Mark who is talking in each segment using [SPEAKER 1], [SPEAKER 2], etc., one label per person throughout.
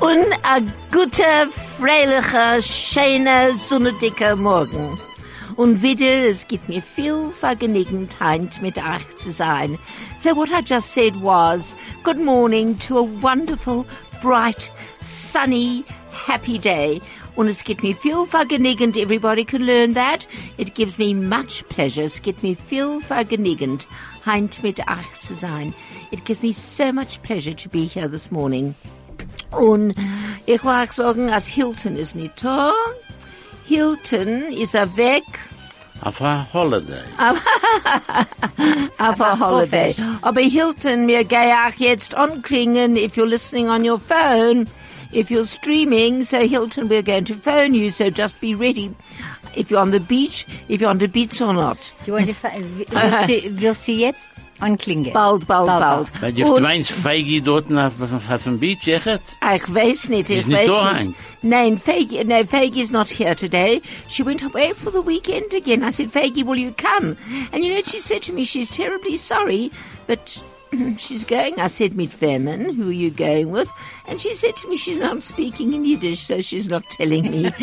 [SPEAKER 1] und a guter, freilicher, schöner, sonnendicker Morgen. Und wieder, es gibt mir viel Vergnügen, heint mit euch zu sein. So what I just said was, good morning to a wonderful, bright, sunny, happy day. Und es gibt mir viel Vergnügen, everybody can learn that. It gives me much pleasure, es gibt mir viel Vergnügen, heint mit euch zu sein. It gives me so much pleasure to be here this morning. Und ich will euch sagen, als Hilton ist nicht da. Hilton ist er weg
[SPEAKER 2] Auf a holiday.
[SPEAKER 1] auf a holiday. Aber Hilton, mir gehe auch jetzt anklingen, if you're listening on your phone, if you're streaming, so Hilton, we're going to phone you, so just be ready. If you're on the beach, if you're on the beach or not.
[SPEAKER 3] Du wolltest fra- willst, du, willst du jetzt anklingen?
[SPEAKER 1] Bald, bald, bald.
[SPEAKER 2] Weil die
[SPEAKER 1] Und-
[SPEAKER 2] Twins feige dort auf, auf, auf dem Beach, echt?
[SPEAKER 1] Ich weiß nicht, ich
[SPEAKER 2] She's not
[SPEAKER 1] weiß
[SPEAKER 2] dying.
[SPEAKER 1] nicht. Nein, Faggy, no, Faggy is not here today. She went away for the weekend again. I said, Faggy, will you come? And you know, she said to me, she's terribly sorry, but she's going. I said, mit Vermin, who are you going with? And she said to me, she's not speaking in Yiddish, so she's not telling me.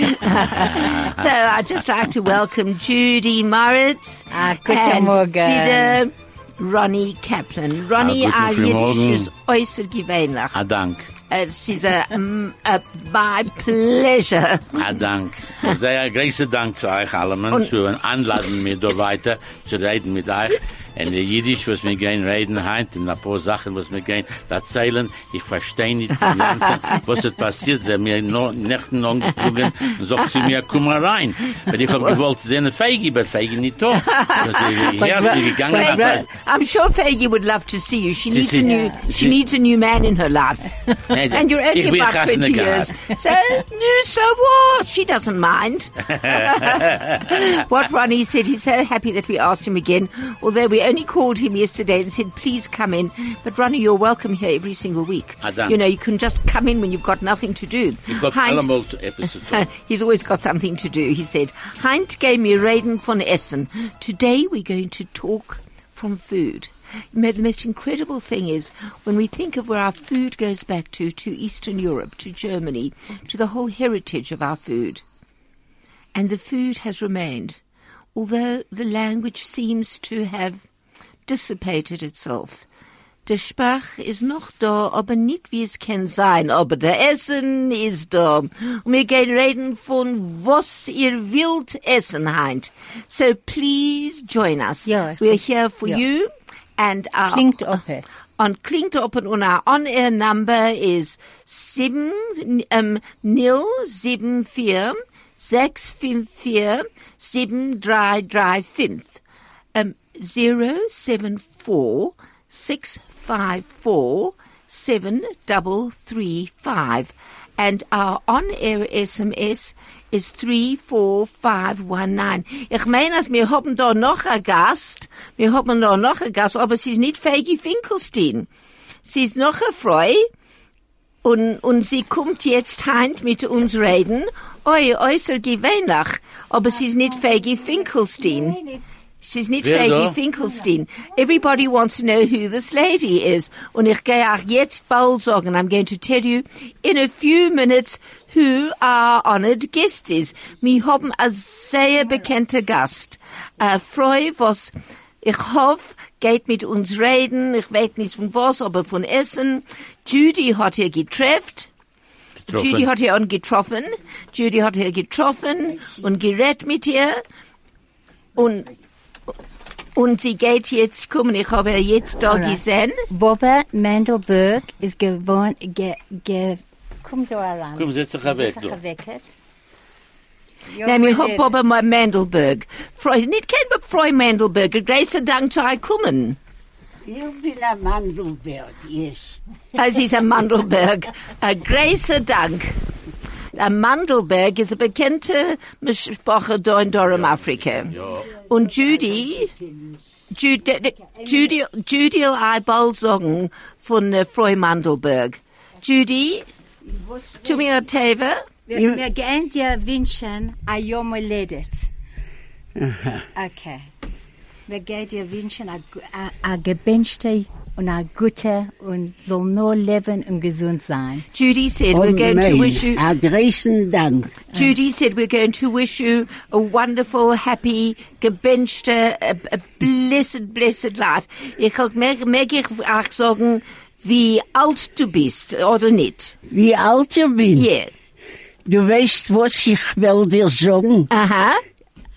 [SPEAKER 1] so I'd just like to welcome Judy Moritz
[SPEAKER 3] Ah, guten
[SPEAKER 1] and
[SPEAKER 3] Morgen.
[SPEAKER 1] Frieda Ronnie Kaplan. Ronnie,
[SPEAKER 2] Ah,
[SPEAKER 1] our
[SPEAKER 2] guten
[SPEAKER 1] Yiddish
[SPEAKER 2] Morgen.
[SPEAKER 1] is äußerst gewöhnlich.
[SPEAKER 2] A dank.
[SPEAKER 1] Es ist Uh, a, mm, a, my pleasure.
[SPEAKER 2] A dank. Sehr große Dank zu euch allen,
[SPEAKER 1] Und-
[SPEAKER 2] zu anladen mir da weiter, zu reden mit euch. Und die Jiddisch, was wir gehen reden heute, und ein paar Sachen, was wir gehen erzählen, ich verstehe nicht den ganzen, was ist passiert, sie haben mir noch Nächten angetrunken und sagt sie mir, komm mal rein. Weil ich habe gewollt sehen, Feige, aber Feige nicht da. Also, ich ich- ja, sie ist gegangen,
[SPEAKER 1] Fag-
[SPEAKER 2] aber-
[SPEAKER 1] I'm sure Faggy would love to see you. She needs
[SPEAKER 2] sie-
[SPEAKER 1] a new she
[SPEAKER 2] sie-
[SPEAKER 1] needs a new man in her life.
[SPEAKER 2] Nee,
[SPEAKER 1] and you're
[SPEAKER 2] ich
[SPEAKER 1] only
[SPEAKER 2] bin
[SPEAKER 1] about
[SPEAKER 2] Chasna
[SPEAKER 1] twenty years. So no, so what? She doesn't mind. what Ronnie said, he's so happy that we asked him again. Although we only called him yesterday and said, please come in. But Ronnie, you're welcome here every single week.
[SPEAKER 2] Ah, done.
[SPEAKER 1] You know, you can just come in when you've got nothing to do.
[SPEAKER 2] Ich hab
[SPEAKER 1] Hind-
[SPEAKER 2] allemal etwas zu tun.
[SPEAKER 1] He's always got something to do, he said. Heint gave me Raiden von Essen. Today we're going to talk from food. You know, the most incredible thing is when we think of where our food goes back to, to Eastern Europe, to Germany, to the whole heritage of our food. And the food has remained, although the language seems to have dissipated itself. Der Sprach ist noch da, aber nicht wie es kann sein. Aber der Essen ist da. Und wir gehen reden von was ihr wilt essen heint. So please join us.
[SPEAKER 3] Ja, ich-
[SPEAKER 1] We're here for
[SPEAKER 3] ja.
[SPEAKER 1] you. And our,
[SPEAKER 3] Klingt offen.
[SPEAKER 1] on Klingt Open on our on-air number is seven um, nil seven vier sechs fünf vier seven drei drei fünf um, zero seven four six five four seven double three five. And our on-air SMS is 34519. Ich meine, dass wir haben da noch einen Gast. Wir haben da noch einen Gast, aber sie ist nicht Feige Finkelstein. Sie ist noch eine Frau. Und, und sie kommt jetzt heint mit uns reden. Oi, äußer gewöhnlich. Aber sie ist nicht Feige Finkelstein. She's nicht
[SPEAKER 2] Wer
[SPEAKER 1] Faggy
[SPEAKER 2] da?
[SPEAKER 1] Finkelstein. Everybody wants to know who this lady is. Und ich gehe auch jetzt bald sagen, I'm going to tell you in a few minutes who our honored guest is. Wir haben a sehr bekannter Gast. A Freu, was ich hoffe, geht mit uns reden. Ich weiß nicht von was, aber von Essen. Judy hat ihr getrefft.
[SPEAKER 2] Getroffen.
[SPEAKER 1] Judy hat ihr angetroffen. Judy hat ihr getroffen und gerät mit ihr. Und, und sie geht jetzt kommen. Ich habe ihr jetzt da
[SPEAKER 3] Alright.
[SPEAKER 1] gesehen.
[SPEAKER 3] Boba Mandelberg ist gewohnt, ge, ge, komm da ran.
[SPEAKER 2] Komm, setz dich weg,
[SPEAKER 3] Setz
[SPEAKER 2] du.
[SPEAKER 3] dich weg.
[SPEAKER 1] Nein, wir haben Boba Ma- Mandelberg. Freu, nicht kein Bob Freu Mandelberg. Grace Dank zu euch kommen.
[SPEAKER 4] Ich bin ein Mandelberg, yes.
[SPEAKER 1] Das ist ein Mandelberg. Ein Grace Dank. Ein Mandelberg ist eine bekannte Sprache da in Durham, Afrika. Und Judy, Judy, Judy, Judy will ich bald sagen von äh, Freu Mandelberg. Judy, tu mir ein Teve.
[SPEAKER 3] Wir, wir gehen dir wünschen, a Yom Ledet. Okay. Wir gehen dir wünschen, a, gu- a, a gewünschte und ein guter und soll nur leben und gesund sein.
[SPEAKER 1] Judy said we're going to wish
[SPEAKER 4] Amen.
[SPEAKER 1] you.
[SPEAKER 4] A großen Dank.
[SPEAKER 1] Judy said we're going to wish you a wonderful, happy, gebenchte, a, a blessed, blessed life. Ich halt mehr, mehr ich auch sagen, wie alt du bist oder nicht.
[SPEAKER 4] Wie alt ich bin.
[SPEAKER 1] Yeah.
[SPEAKER 4] Du weißt, was ich will dir sagen.
[SPEAKER 1] Aha.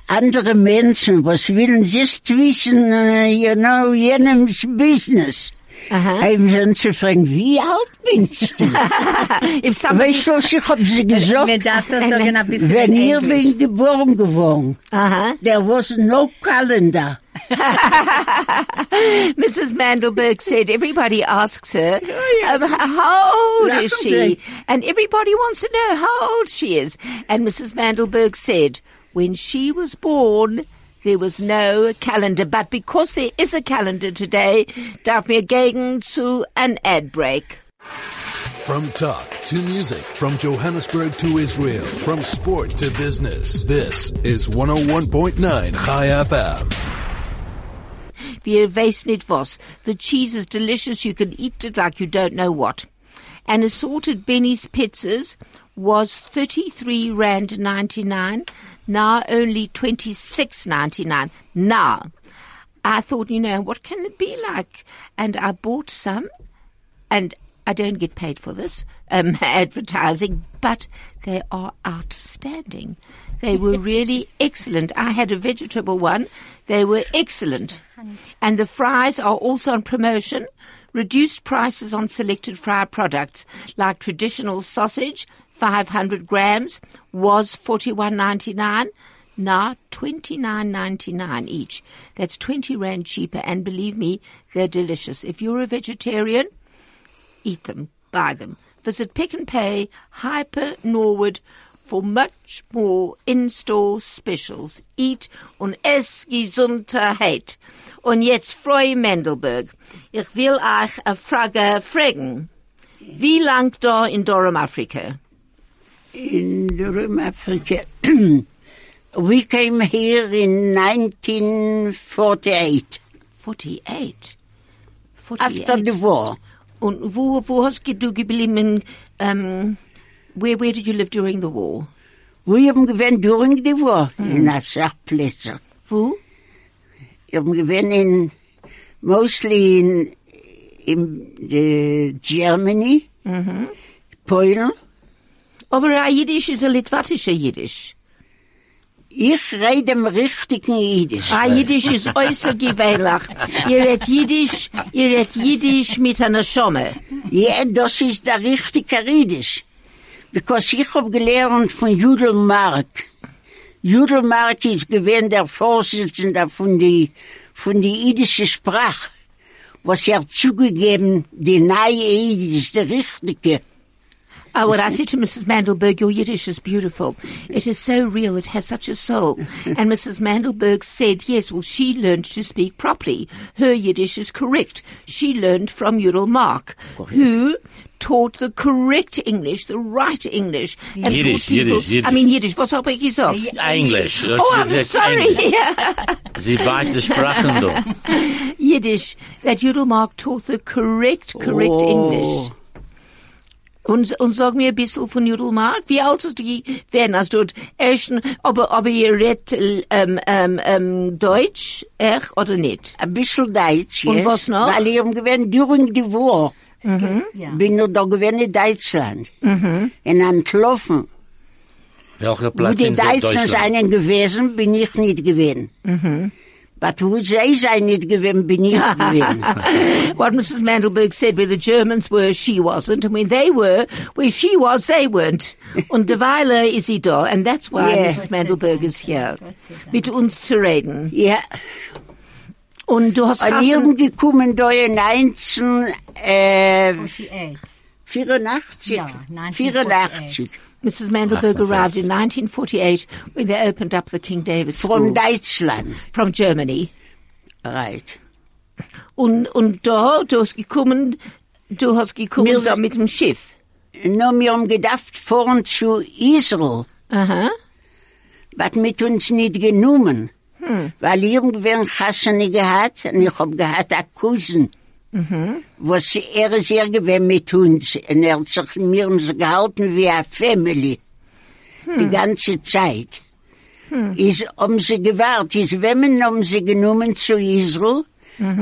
[SPEAKER 4] Andere Menschen, was willen sie wissen, äh, you know, jenem Business.
[SPEAKER 1] Aha.
[SPEAKER 4] Haben sie uns gefragt, wie alt bist du?
[SPEAKER 1] If somebody,
[SPEAKER 4] weißt du, was ich hab sie
[SPEAKER 5] Wir
[SPEAKER 4] gesagt?
[SPEAKER 5] darf das sagen ein bisschen
[SPEAKER 4] Wenn
[SPEAKER 5] in
[SPEAKER 4] ihr
[SPEAKER 5] Englisch.
[SPEAKER 4] bin geboren geworden,
[SPEAKER 1] aha.
[SPEAKER 4] there was no calendar.
[SPEAKER 1] Mrs. Mandelberg said everybody asks her, um, how old is she?
[SPEAKER 4] Lovely.
[SPEAKER 1] And everybody wants to know how old she is. And Mrs. Mandelberg said, when she was born, there was no calendar, but because there is a calendar today, darf mir gegen zu an ad break.
[SPEAKER 6] From talk to music, from Johannesburg to Israel, from sport to business. This is 101.9 High FM.
[SPEAKER 1] Wir weiß nicht was. The cheese is delicious. You can eat it like you don't know what. An assorted Benny's pizzas was 33 rand 99, now only 26.99. Now, I thought, you know, what can it be like? And I bought some and I don't get paid for this um, advertising, but they are outstanding. They were really excellent. I had a vegetable one. They were excellent. And the fries are also on promotion. Reduced prices on selected fry products like traditional sausage, 500 grams, was 41.99. Now twenty nine ninety nine each. That's twenty rand cheaper, and believe me, they're delicious. If you're a vegetarian, eat them, buy them. Visit Pick and Pay Hyper Norwood for much more in-store specials. Eat und es Gesundheit. Und jetzt Frau Mendelberg, ich will euch eine Frage fragen. Wie lang da in Dorum Afrika?
[SPEAKER 4] in the room Africa. we came here in 1948,
[SPEAKER 1] 48. 48.
[SPEAKER 4] after the war.
[SPEAKER 1] Und wo, wo hast du geblieben, ähm, where, where did you live during the war?
[SPEAKER 4] We haben gewinnt during the war in Asachplätze.
[SPEAKER 1] Wo?
[SPEAKER 4] Wir haben gewinnt in, mostly in, in the Germany, Polen.
[SPEAKER 1] Aber ein Jiddisch ist ein litwatischer Jiddisch.
[SPEAKER 4] Ich rede im richtigen Jiddisch.
[SPEAKER 1] Ah, Jiddisch ist äußerst gewöhnlich. Ihr redet Jiddisch, ihr redet Jiddisch mit einer Schomme.
[SPEAKER 4] Ja, das ist der richtige Jiddisch. Because ich hab gelernt von Judel Mark. Judel Mark ist gewesen der Vorsitzende von die, von die jüdische Sprache. Was er zugegeben, die neue Jiddisch, die richtige.
[SPEAKER 1] Our Ah, I said to Mrs. Mandelberg, your Yiddish is beautiful. It is so real. It has such a soul. And Mrs. Mandelberg said, yes, well, she learned to speak properly. Her Yiddish is correct. She learned from Judel Mark, who taught the correct English, the right English. And
[SPEAKER 2] Yiddish,
[SPEAKER 1] taught people,
[SPEAKER 2] Yiddish, Yiddish.
[SPEAKER 1] I mean, Yiddish. Was habe ich gesagt?
[SPEAKER 2] English.
[SPEAKER 1] Oh, I'm sorry.
[SPEAKER 2] Sie beide sprachen doch.
[SPEAKER 1] Yiddish that Judelmark taught the correct, correct
[SPEAKER 4] Oh.
[SPEAKER 1] English. Und, und sag mir ein bisschen von Judelmark. Wie alt ist die werden als dort ersten, aber, aber ihr redet, ähm, ähm, ähm, Deutsch, echt, oder nicht?
[SPEAKER 4] Ein bisschen Deutsch,
[SPEAKER 1] Und
[SPEAKER 4] yes,
[SPEAKER 1] was noch? Mhm.
[SPEAKER 4] Weil ich hab gewesen, during die War. Bin nur da gewesen in Deutschland. In Antlaufen.
[SPEAKER 2] Welcher
[SPEAKER 4] Wo
[SPEAKER 2] Platz
[SPEAKER 4] die
[SPEAKER 2] in
[SPEAKER 4] Deutschen
[SPEAKER 2] Deutschland?
[SPEAKER 4] seien gewesen, bin ich nicht gewesen.
[SPEAKER 1] Mhm.
[SPEAKER 4] Aber wo sie seien nicht gewesen, bin ich gewesen.
[SPEAKER 1] What Mrs. Mandelberg said, where the Germans were, she wasn't, and when they were, where she was, they weren't. Und der Weiler ist sie da, and that's why
[SPEAKER 4] Yeah.
[SPEAKER 1] Mrs. Mandelberg is here, mit uns zu reden.
[SPEAKER 4] ja,
[SPEAKER 1] Und du hast
[SPEAKER 4] und
[SPEAKER 1] Kassen-
[SPEAKER 4] ich bin gekommen da in 1984. Äh,
[SPEAKER 5] 48.
[SPEAKER 4] 84.
[SPEAKER 5] Ja, 1948.
[SPEAKER 4] 84.
[SPEAKER 1] Mrs. Mandelberg arrived in 1948 when they opened up the King David
[SPEAKER 4] From
[SPEAKER 1] schools
[SPEAKER 4] Deutschland.
[SPEAKER 1] from Germany.
[SPEAKER 4] Right.
[SPEAKER 1] Und, und da, du hast gekommen, du hast gekommen
[SPEAKER 4] Wir-
[SPEAKER 1] da mit dem Schiff.
[SPEAKER 4] Nur wir haben gedacht, fahren zu Israel.
[SPEAKER 1] Aha.
[SPEAKER 4] was mit uns nicht genommen. Weil irgendwann Hassene gehabt und ich hab gehabt einen Cousin. was er ist er gewesen mit uns. Und er hat sich mir uns gehalten wie eine Family. Die ganze Zeit. Ist, um sie gewahrt, ist, wenn man um sie genommen zu Israel,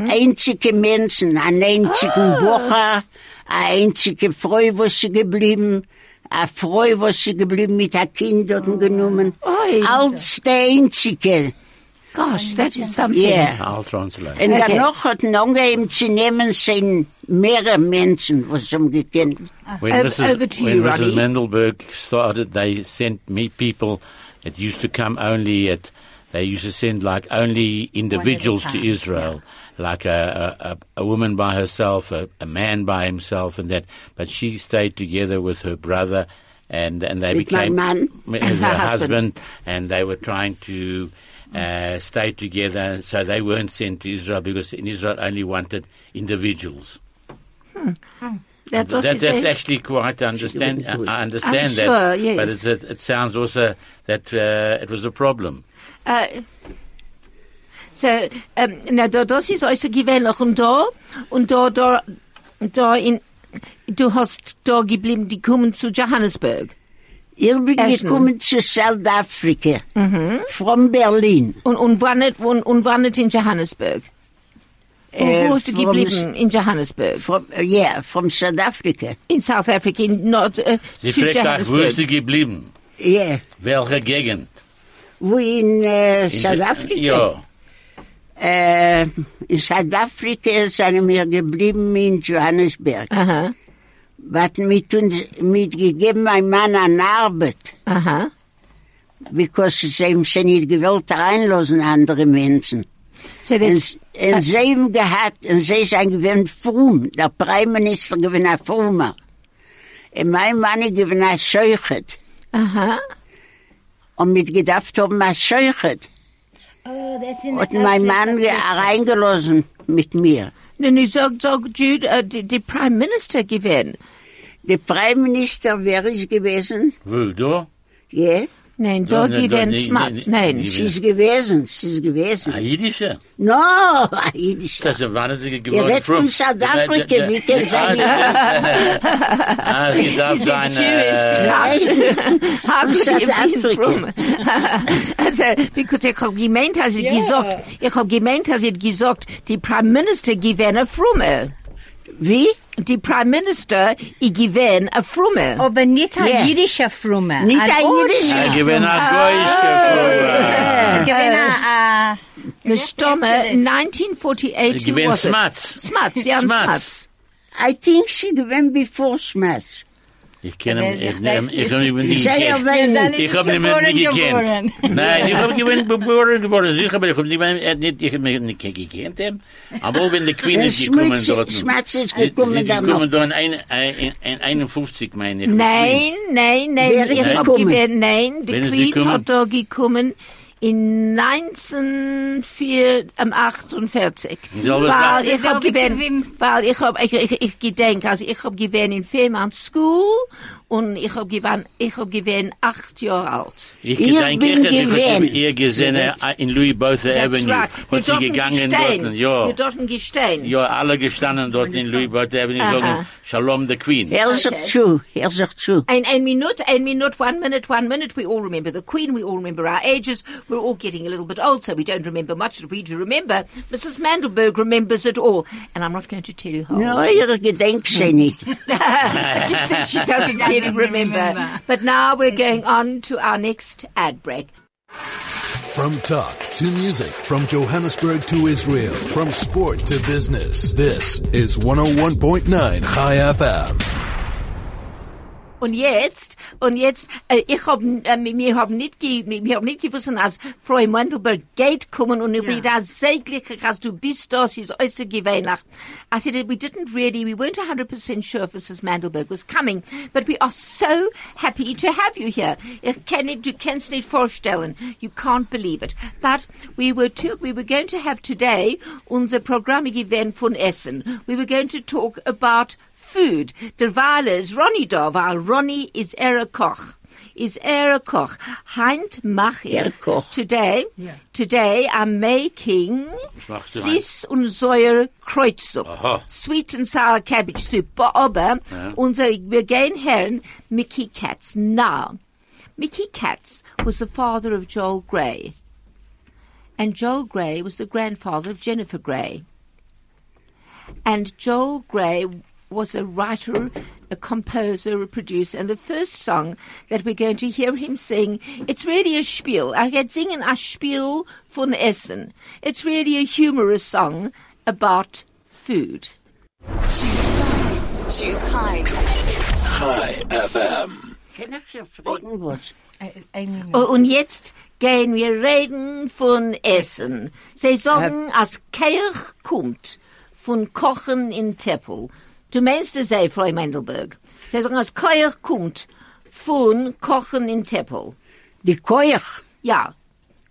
[SPEAKER 4] einzige Menschen, an einzigen Woche, eine einzige Frau, wo sie geblieben, eine Frau, wo sie geblieben, mit einem Kind dort genommen.
[SPEAKER 1] Oi.
[SPEAKER 4] Als der einzige.
[SPEAKER 1] Gosh, that is something.
[SPEAKER 4] Yeah.
[SPEAKER 2] I'll translate.
[SPEAKER 4] Und
[SPEAKER 1] Okay.
[SPEAKER 4] dann noch hat Nonge zu nehmen sind mehrere Menschen, was um gekannt.
[SPEAKER 2] When
[SPEAKER 1] Uh, Over-
[SPEAKER 2] Mrs.
[SPEAKER 1] over to
[SPEAKER 2] when
[SPEAKER 1] you,
[SPEAKER 2] Mrs.
[SPEAKER 1] Roddy.
[SPEAKER 2] Mendelberg started, they sent me people. It used to come only at. They used to send like only individuals
[SPEAKER 5] time,
[SPEAKER 2] to Israel, like a, a- a a woman by herself, a, a man by himself, and that. But she stayed together with her brother, and and they
[SPEAKER 4] With my
[SPEAKER 2] became
[SPEAKER 4] man.
[SPEAKER 2] with
[SPEAKER 1] And her
[SPEAKER 2] her
[SPEAKER 1] husband.
[SPEAKER 2] husband, and they were trying to. Uh, stay together, so they weren't sent to Israel because in Israel only wanted individuals.
[SPEAKER 1] That's what she
[SPEAKER 2] That, that's
[SPEAKER 1] said.
[SPEAKER 2] actually quite understand.
[SPEAKER 4] wouldn't do it.
[SPEAKER 2] I understand
[SPEAKER 1] I'm
[SPEAKER 2] that,
[SPEAKER 1] sure, yes.
[SPEAKER 2] but it's, it, it sounds also that uh, it was a problem.
[SPEAKER 1] Uh, so, ähm, na, da, das ist äußerst gewöhnlich. Und da, und da, da, da in, du hast da geblieben, die kommen zu Johannesburg.
[SPEAKER 4] Ich bin
[SPEAKER 1] Essen.
[SPEAKER 4] gekommen zu South Africa, von Berlin.
[SPEAKER 1] Und, und war nicht, und, und war nicht in Johannesburg. Und
[SPEAKER 4] Äh,
[SPEAKER 1] wo hast du
[SPEAKER 4] from-
[SPEAKER 1] geblieben? In Johannesburg.
[SPEAKER 4] From, yeah, from South Africa.
[SPEAKER 1] In South Africa, in Nord, äh,
[SPEAKER 2] Sie
[SPEAKER 1] zu
[SPEAKER 2] fragt nach, wo ist
[SPEAKER 1] Johannesburg.
[SPEAKER 2] sie geblieben?
[SPEAKER 4] Yeah.
[SPEAKER 2] Welche Gegend?
[SPEAKER 4] Wo in, äh,
[SPEAKER 2] In
[SPEAKER 4] South
[SPEAKER 2] der-
[SPEAKER 4] Africa?
[SPEAKER 2] Ja.
[SPEAKER 4] Äh, in South Africa sind wir geblieben in Johannesburg.
[SPEAKER 1] Aha,
[SPEAKER 4] Was mit uns, mitgegeben, mein Mann an Arbeit.
[SPEAKER 1] aha.
[SPEAKER 4] Because sie haben sie nicht gewollt reinlassen, andere Menschen.
[SPEAKER 1] So
[SPEAKER 4] En,
[SPEAKER 1] that's,
[SPEAKER 5] äh,
[SPEAKER 4] en zij hem gehad, en zij zijn gewend vroom. De premierminister gewend een vroemer. En mijn man is gewend een zeuget.
[SPEAKER 1] aha.
[SPEAKER 4] En met gedacht hebben een zeuget.
[SPEAKER 3] Oh, that's in
[SPEAKER 4] Had mijn man reingelassen met mir.
[SPEAKER 1] Nun, ich sag, sag, Jude, äh, die, die Prime Minister gewesen.
[SPEAKER 4] De premierminister wäre es gewesen.
[SPEAKER 2] Wo, da?
[SPEAKER 4] Ja,
[SPEAKER 1] Nein, da
[SPEAKER 2] Nein, nein,
[SPEAKER 1] gewesen
[SPEAKER 2] nein,
[SPEAKER 1] Schmatz.
[SPEAKER 2] nein,
[SPEAKER 1] Nein.
[SPEAKER 2] nein.
[SPEAKER 4] sie ist gewesen, sie ist
[SPEAKER 2] A
[SPEAKER 4] gewesen.
[SPEAKER 2] jüdische.
[SPEAKER 4] No, Jiddisch.
[SPEAKER 2] Das ist wahnsinnig
[SPEAKER 4] Ihr
[SPEAKER 2] geworden.
[SPEAKER 4] redet von South Africa, wie kann sein?
[SPEAKER 2] Ah, sie darf
[SPEAKER 1] Sie
[SPEAKER 2] sein...
[SPEAKER 1] sind
[SPEAKER 2] äh,
[SPEAKER 1] Jewish. Haben
[SPEAKER 4] Und
[SPEAKER 1] Sie
[SPEAKER 4] South
[SPEAKER 1] ihn
[SPEAKER 4] Africa.
[SPEAKER 1] from? Also, because ich hab gemeint, dass ich gesagt, ich hab gemeint, dass ich gesagt, die Prime Minister gewähne a Frumme.
[SPEAKER 4] Wie?
[SPEAKER 1] Die Prime Minister, ich gewähne a Frumme.
[SPEAKER 2] Oh.
[SPEAKER 5] Aber nicht ein
[SPEAKER 4] Yeah.
[SPEAKER 5] jüdischer Frumme.
[SPEAKER 4] Nicht
[SPEAKER 5] ein
[SPEAKER 4] ein
[SPEAKER 3] Also,
[SPEAKER 4] jüdischer.
[SPEAKER 5] ordentlicher
[SPEAKER 2] Ich bin
[SPEAKER 5] Frumme.
[SPEAKER 2] ein
[SPEAKER 4] Ah.
[SPEAKER 2] Goyisch
[SPEAKER 5] Es gewinnt
[SPEAKER 3] äh,
[SPEAKER 5] ein,
[SPEAKER 1] Äh, Eine Stomme,
[SPEAKER 5] Excellent.
[SPEAKER 1] 1948
[SPEAKER 2] Gewähne
[SPEAKER 1] was es.
[SPEAKER 2] Smatz.
[SPEAKER 1] Smatz, ja, ein
[SPEAKER 2] Smatz.
[SPEAKER 1] Smatz.
[SPEAKER 4] I think she gewinnt before Schmerz.
[SPEAKER 2] Ich kenne ihn,
[SPEAKER 5] Ich weiß
[SPEAKER 2] ich nehme, ich habe ihn nicht
[SPEAKER 4] Ich sag ja,
[SPEAKER 2] gekannt.
[SPEAKER 4] wenn
[SPEAKER 5] dann-
[SPEAKER 2] Ich habe ihn
[SPEAKER 5] Geboren,
[SPEAKER 2] nicht
[SPEAKER 5] geboren.
[SPEAKER 2] gekannt. Nein, ich habe ihn geboren, geboren. Sicher, aber ich habe ihn nicht, ich habe ihn nicht gekannt. ähm. Aber wenn die Queen
[SPEAKER 4] Der
[SPEAKER 2] ist gekommen
[SPEAKER 4] Schmutz-
[SPEAKER 2] dort.
[SPEAKER 4] Schmutz ist
[SPEAKER 2] Sie- sie
[SPEAKER 4] gekommen
[SPEAKER 2] sind
[SPEAKER 4] dann
[SPEAKER 2] gekommen da in, ein, ein, in 51, meine ich.
[SPEAKER 1] Nein, nein, nein,
[SPEAKER 4] Wäre
[SPEAKER 1] ich hab
[SPEAKER 4] gekommen.
[SPEAKER 1] gewähnt, nein, die
[SPEAKER 2] Wäre sie
[SPEAKER 1] Queen
[SPEAKER 2] gekommen?
[SPEAKER 1] hat da gekommen in 1948.
[SPEAKER 2] Sie
[SPEAKER 1] Weil
[SPEAKER 2] haben gesagt-
[SPEAKER 1] ich hab
[SPEAKER 5] Sie haben
[SPEAKER 1] gewähnt,
[SPEAKER 5] gewinnt.
[SPEAKER 1] weil ich hab, ich, ich, ich gedenk, also ich hab gewähnt in Fehmarn School und ich hab gewähnt, ich hab gewähnt acht Jahre alt.
[SPEAKER 2] Ich
[SPEAKER 4] Ich
[SPEAKER 2] denke,
[SPEAKER 4] bin
[SPEAKER 2] ich habe
[SPEAKER 4] gewählt.
[SPEAKER 2] ihr gesehen äh, in Louis Botha Avenue.
[SPEAKER 1] Wir
[SPEAKER 2] Hat sie
[SPEAKER 1] dürfen
[SPEAKER 2] gegangen
[SPEAKER 1] gestehen.
[SPEAKER 2] dort, ja.
[SPEAKER 1] Wir dürfen gestehen.
[SPEAKER 2] Ja, alle gestanden dort in Louis Botha Avenue
[SPEAKER 1] Aha.
[SPEAKER 2] sagen, Shalom the Queen.
[SPEAKER 4] Er sagt zu, er sagt zu.
[SPEAKER 1] Ein, ein Minute, ein Minute, one minute, one minute. We all remember the Queen. We all remember our ages. We're all getting a little bit old, so we don't remember much that we do remember. Mrs. Mandelberg remembers it all. And I'm not going to tell you how.
[SPEAKER 4] No,
[SPEAKER 1] old
[SPEAKER 4] ihr gedenkt sie nicht.
[SPEAKER 1] she says she doesn't really
[SPEAKER 5] Doesn't
[SPEAKER 1] remember.
[SPEAKER 5] remember.
[SPEAKER 1] But now we're going on to our next ad break.
[SPEAKER 6] From talk to music, from Johannesburg to Israel, from sport to business. This is 101.9 High FM.
[SPEAKER 1] Und jetzt, und jetzt, äh, ich hab, äh, wir haben nicht, ge, wir haben nicht gewusst, als Frau Mandelberg geht kommen und ich bin da sehr glücklich, als du bist da, sie ist äußerst gewöhnlich. I said, we didn't really, we weren't 100% sure if Mrs. Mandelberg was coming, but we are so happy to have you here. Ich kann nicht, du kannst nicht vorstellen. You can't believe it. But we were too, we were going to have today unser Programm event von Essen. We were going to talk about food. Derweil is Ronnie da, weil Ronnie is er a Koch. is er a koch. Heint mach ich.
[SPEAKER 4] Er koch.
[SPEAKER 1] Today, today I'm making
[SPEAKER 2] mach so
[SPEAKER 1] sis und säure Kreuzsuppe.
[SPEAKER 2] Aha.
[SPEAKER 1] Sweet and sour cabbage soup. Aber unser, wir gehen herren, Mickey Katz. Now, Mickey Katz was the father of Joel Gray. And Joel Gray was the grandfather of Jennifer Gray. And Joel Gray was a writer, a composer, a producer. And the first song that we're going to hear him sing, it's really a spiel. I had singen a spiel von Essen. It's really a humorous song about food.
[SPEAKER 7] Choose side. Choose high.
[SPEAKER 6] High FM.
[SPEAKER 4] Kann ich dir fragen, was?
[SPEAKER 1] Oh, und jetzt gehen wir reden von Essen. Sie sagen, als Keich kommt von Kochen in Teppel. Du meinst es, eh, Frau Mendelberg? Sie sagen, als Keich kommt von Kochen in Teppel.
[SPEAKER 4] Die Keuch.
[SPEAKER 1] Ja,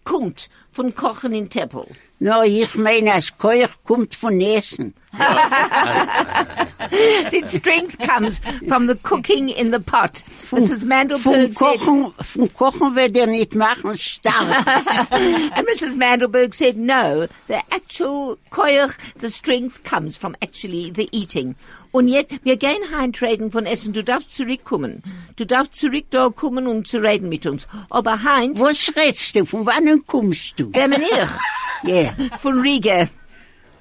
[SPEAKER 1] kommt von Kochen in Teppel.
[SPEAKER 4] No, ich meine, als Keuch kommt von Essen.
[SPEAKER 1] Its strength comes from the cooking in the pot. Mrs.
[SPEAKER 4] Vom
[SPEAKER 1] Mandelberg said,
[SPEAKER 4] Kochen, vom Kochen wird er nicht machen, stark.
[SPEAKER 1] and Mrs. Mandelberg said, no, the actual koyach, the strength comes from actually the eating. Und yet, wir gehen heimtreten von Essen. Du darfst zurückkommen. Du darfst zurück da kommen, um zu reden mit uns. Aber Heint,
[SPEAKER 4] was redst du? Von wann kommst du?
[SPEAKER 1] wer bin ich?
[SPEAKER 4] Ja,
[SPEAKER 1] Von Riga.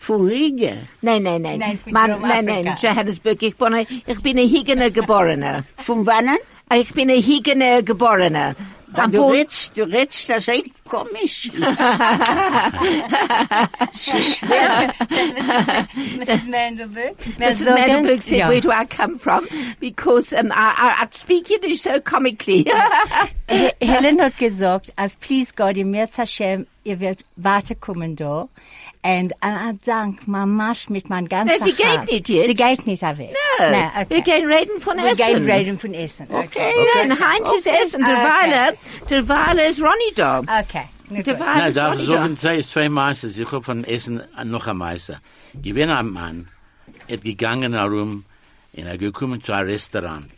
[SPEAKER 4] von Riga.
[SPEAKER 1] Nein, nein, nein.
[SPEAKER 5] Nein, von
[SPEAKER 1] Man,
[SPEAKER 5] Drum
[SPEAKER 1] nein, nein,
[SPEAKER 5] Afrika.
[SPEAKER 1] Johannesburg. Ich bin, ein- ich bin ein Higener Geborener.
[SPEAKER 4] Von wann?
[SPEAKER 1] Ich bin ein Higener Geborener. Am
[SPEAKER 4] Du
[SPEAKER 1] Bo-
[SPEAKER 4] redst, du redst, das ist komisch.
[SPEAKER 5] Mrs. Mandelberg.
[SPEAKER 1] Mrs. Mandelberg said, where do I come from? Because um, I, I, I speak Yiddish so comically.
[SPEAKER 3] He- Helen hat gesagt, als please God, im März Hashem, ihr werdet weiterkommen da. And an Dank, mamasch mit mein ganzer
[SPEAKER 1] sie geht
[SPEAKER 3] Herz.
[SPEAKER 1] nicht jetzt.
[SPEAKER 3] Sie geht nicht weg.
[SPEAKER 1] No,
[SPEAKER 3] Nein, okay.
[SPEAKER 1] Wir gehen reden von
[SPEAKER 3] Wir
[SPEAKER 1] Essen.
[SPEAKER 3] gehen reden von Essen.
[SPEAKER 1] Okay, nein, Heinz ist Essen. Derweile, derweile ist Ronny da.
[SPEAKER 3] Okay. Na gut.
[SPEAKER 1] Derweile
[SPEAKER 2] Nein,
[SPEAKER 1] ist
[SPEAKER 2] darf ich
[SPEAKER 1] Ronny da.
[SPEAKER 2] sagen, zwei, zwei Meister. Ich hab von Essen noch ein Meister. Ich bin ein Mann, er hat gegangen herum, und er gekommen zu einem Restaurant.